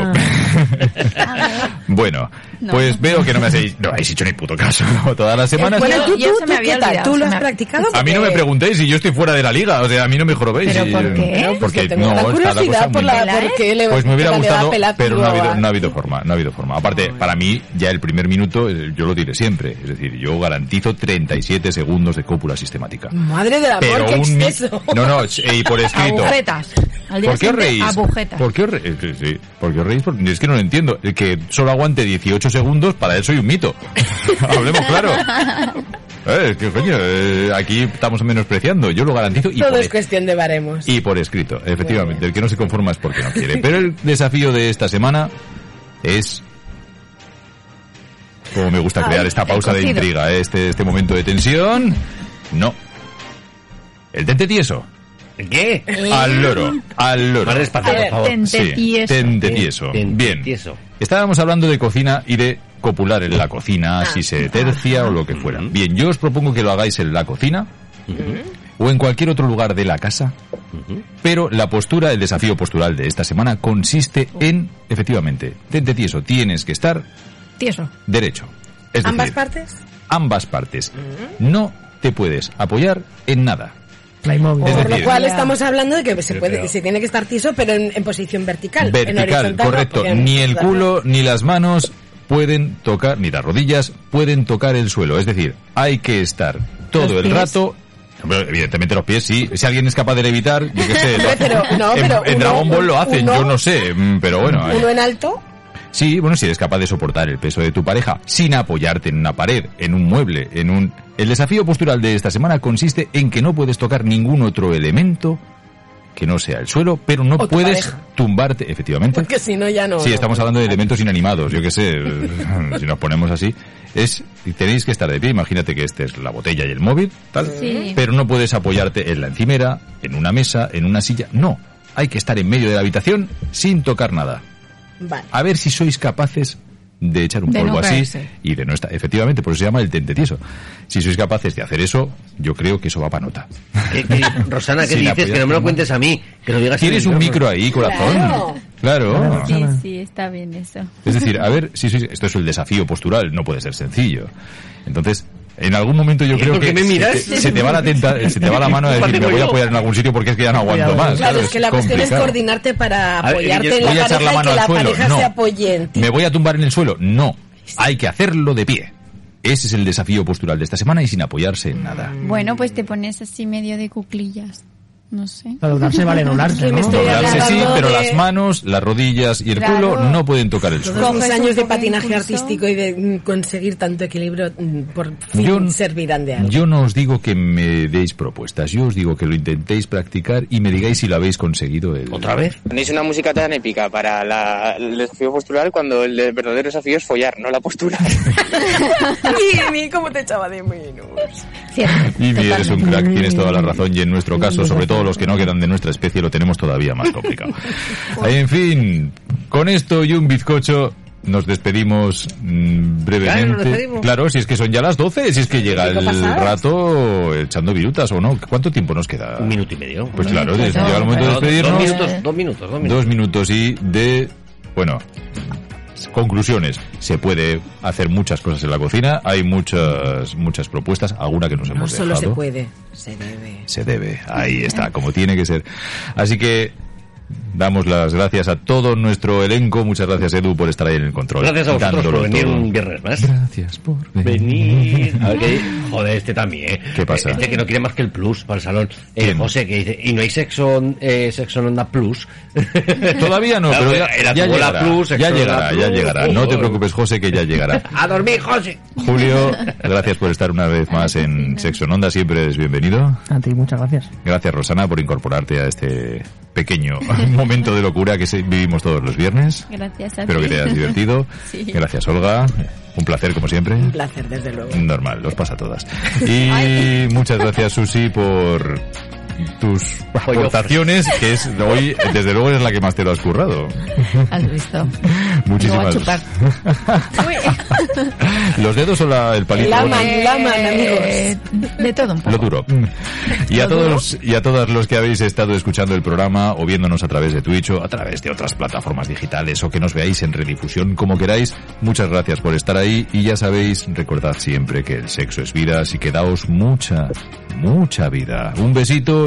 bueno, No. pues veo que no me hacéis, no habéis hecho ni puto caso. Todas las semanas. Bueno, tú, yo tú, se me tú, había ¿qué tal? olvidado, ¿Tú se lo has me- practicado? A mí no me preguntéis si yo estoy fuera de la liga, o sea, a mí no me jorobéis. ¿Pero y- eh, por qué? Bueno, pues Porque yo no, tengo la está cosa curiosidad muy por la- mal. por qué le- Pues me hubiera le va a gustado, pelar pero no ha, habido, Cuba. no ha habido forma, no ha habido forma. Ah. Aparte, para mí, ya el primer minuto, eh, yo lo diré siempre, es decir, yo garantizo 37 segundos de cópula sistemática. Madre del amor, Pero qué un mi- exceso. No, no, es- eh, y por escrito. Agujetas. Al día ¿Por qué os siguiente, reís? Agujetas. ¿Por qué os reís? Sí, sí. eh, ¿Por qué os reís? Porque es que no lo entiendo. El que solo aguante 18 segundos, para él soy un mito. Hablemos claro. Eh, es que, coño, eh, aquí estamos menospreciando. Yo lo garantizo. Y Todo por es cuestión de baremos. y por escrito, efectivamente. El que no se conforma es porque no quiere. Pero el desafío de esta semana es... Como me gusta crear Ay, esta he pausa de cogido. intriga, este, este momento de tensión. No. El tente tieso. ¿Qué? Eh. Al loro, al loro. Más despacio, por favor. Tente Sí, tieso. Tente tieso. Tente Bien. tieso. Estábamos hablando de cocina y de copular en la Ah. cocina, si se tercia o lo que fuera. Bien, yo os propongo que lo hagáis en la cocina o en cualquier otro lugar de la casa, pero la postura, el desafío postural de esta semana consiste en, efectivamente, tente tieso, tienes que estar Tieso. derecho. Es ¿Ambas decir, partes? ambas partes. No te puedes apoyar en nada. Playmobil. Es Por decir- lo cual estamos hablando de que se Pero- puede, pero- se tiene que estar tiso, pero en, en posición vertical. en Vertical, horizontal no, correcto. porque en Ni el horizontal no. culo ni las manos pueden tocar, ni las rodillas pueden tocar el suelo. Es decir, hay que estar todo Los el pies. rato. Hombre, evidentemente los pies sí. Si alguien es capaz de levitar, yo qué sé. lo- Pero- no, en, pero en uno- Dragon Ball lo hacen, uno- yo no sé. mm, Pero bueno. eh. Uno en alto, Sí, bueno, si eres capaz de soportar el peso de tu pareja sin apoyarte en una pared, en un mueble, en un... El desafío postural de esta semana consiste en que no puedes tocar ningún otro elemento que no sea el suelo, pero no O tu puedes pareja. tumbarte, efectivamente. porque si no ya no. Sí, no. estamos hablando de elementos inanimados, yo qué sé, si nos ponemos así, es tenéis que estar de pie, imagínate que este es la botella y el móvil, tal, Sí. pero no puedes apoyarte en la encimera, en una mesa, en una silla, no, hay que estar en medio de la habitación sin tocar nada. Vale. A ver si sois capaces de echar un De no polvo así caerse. y de no estar, efectivamente, por eso se llama el tente tieso. Si sois capaces de hacer eso, yo creo que eso va para nota. ¿Qué- qué- Rosana, ¿qué Sin dices? Que no me apoyarte. lo cuentes a mí. Que lo digas en el Tienes un micro ahí, corazón. Claro. Claro. Sí, sí, está bien eso. Es decir, a ver, sí, sí, esto es el desafío postural, no puede ser sencillo. Entonces, en algún momento yo ¿Y esto creo que que me se miras? te, se te va la tenta- se te va la mano a decir, Aparte me voy a yo. apoyar en algún sitio porque es que ya no aguanto más. Claro, Claro, es que la cuestión es complicado. coordinarte para A ver, apoyarte voy en la a echar pareja la y mano que al la suelo, pareja no. se apoye en ti. ¿Me voy a tumbar en el suelo? No. Hay que hacerlo de pie. Ese es el desafío postural de esta semana y sin apoyarse en nada. Bueno, pues te pones así medio de cuclillas. No sé. Para doblarse vale doblarse, ¿no? Estoy Doblarse sí, hablando pero de- las manos, las rodillas y el Claro. culo no pueden tocar el suelo. Todos mis Coges años un poco de de patinaje impulso. artístico y de mm, conseguir tanto equilibrio mm, por fin Yo n- servirán de algo. Yo no os digo que me deis propuestas, yo os digo que lo intentéis practicar y me digáis si lo habéis conseguido. El... ¿Otra vez? Ponéis una música tan épica para la- el desafío postural cuando el de- verdadero desafío es follar, no la postura. Mimi, ¿cómo te echaba de menos? Cierto. Y bien, eres un Totalmente. crack, tienes toda la razón y en nuestro caso, sobre todo los que no quedan de nuestra especie, lo tenemos todavía más complicado. En fin, con esto y un bizcocho nos despedimos mm, brevemente. Claro, nos despedimos. Claro, si es que son ya las 12, si es que llega Cinco el pasadas. rato echando virutas o no. ¿Cuánto tiempo nos queda? Un minuto y medio. Pues claro, minuto, llega el momento de Dos- Dos despedirnos. minutos, dos minutos, dos minutos. dos minutos y de bueno conclusiones se puede hacer muchas cosas en la cocina hay muchas muchas propuestas alguna que nos No hemos solo se dejado puede, se debe. se debe ahí está como tiene que ser así que Damos las gracias a todo nuestro elenco. Muchas gracias, Edu, por estar ahí en el control. Gracias a vosotros por dándolo venir todo. un viernes más. Gracias por venir. A ver, ¿qué? joder, este también, ¿eh? ¿Qué pasa? Este que no quiere más que el plus para el salón. Eh, José, que dice, y no hay sexo, eh, sexo en onda plus. Todavía no, Claro, pero era- ya, era ya tu bola llegará. plus, ya sexo en llegará, onda ya plus. llegará. No te preocupes, José, que ya llegará. A dormir, José. Julio, gracias por estar una vez más en Sexo en Onda. Siempre eres bienvenido. A ti, muchas gracias. Gracias, Rosana, por incorporarte a este pequeño momento de locura que se- vivimos todos los viernes. Gracias a Espero ti. que te hayas divertido. Sí. Gracias, Olga. Un placer, como siempre. Un placer, desde luego. Normal, los pasa a todas. Y muchas gracias, Susi, por tus aportaciones, que es hoy, desde luego, es la que más te lo has currado. Has visto. Luego a Muchísimas chupar. ¿Los dedos o la- el palito? Eh, laman, De todo un poco. Lo duro. Y a todos los- y a todas los que habéis estado escuchando el programa o viéndonos a través de Twitch o a través de otras plataformas digitales o que nos veáis en redifusión como queráis, muchas gracias por estar ahí y ya sabéis, recordad siempre que el sexo es vida, así que daos mucha, mucha vida. Un besito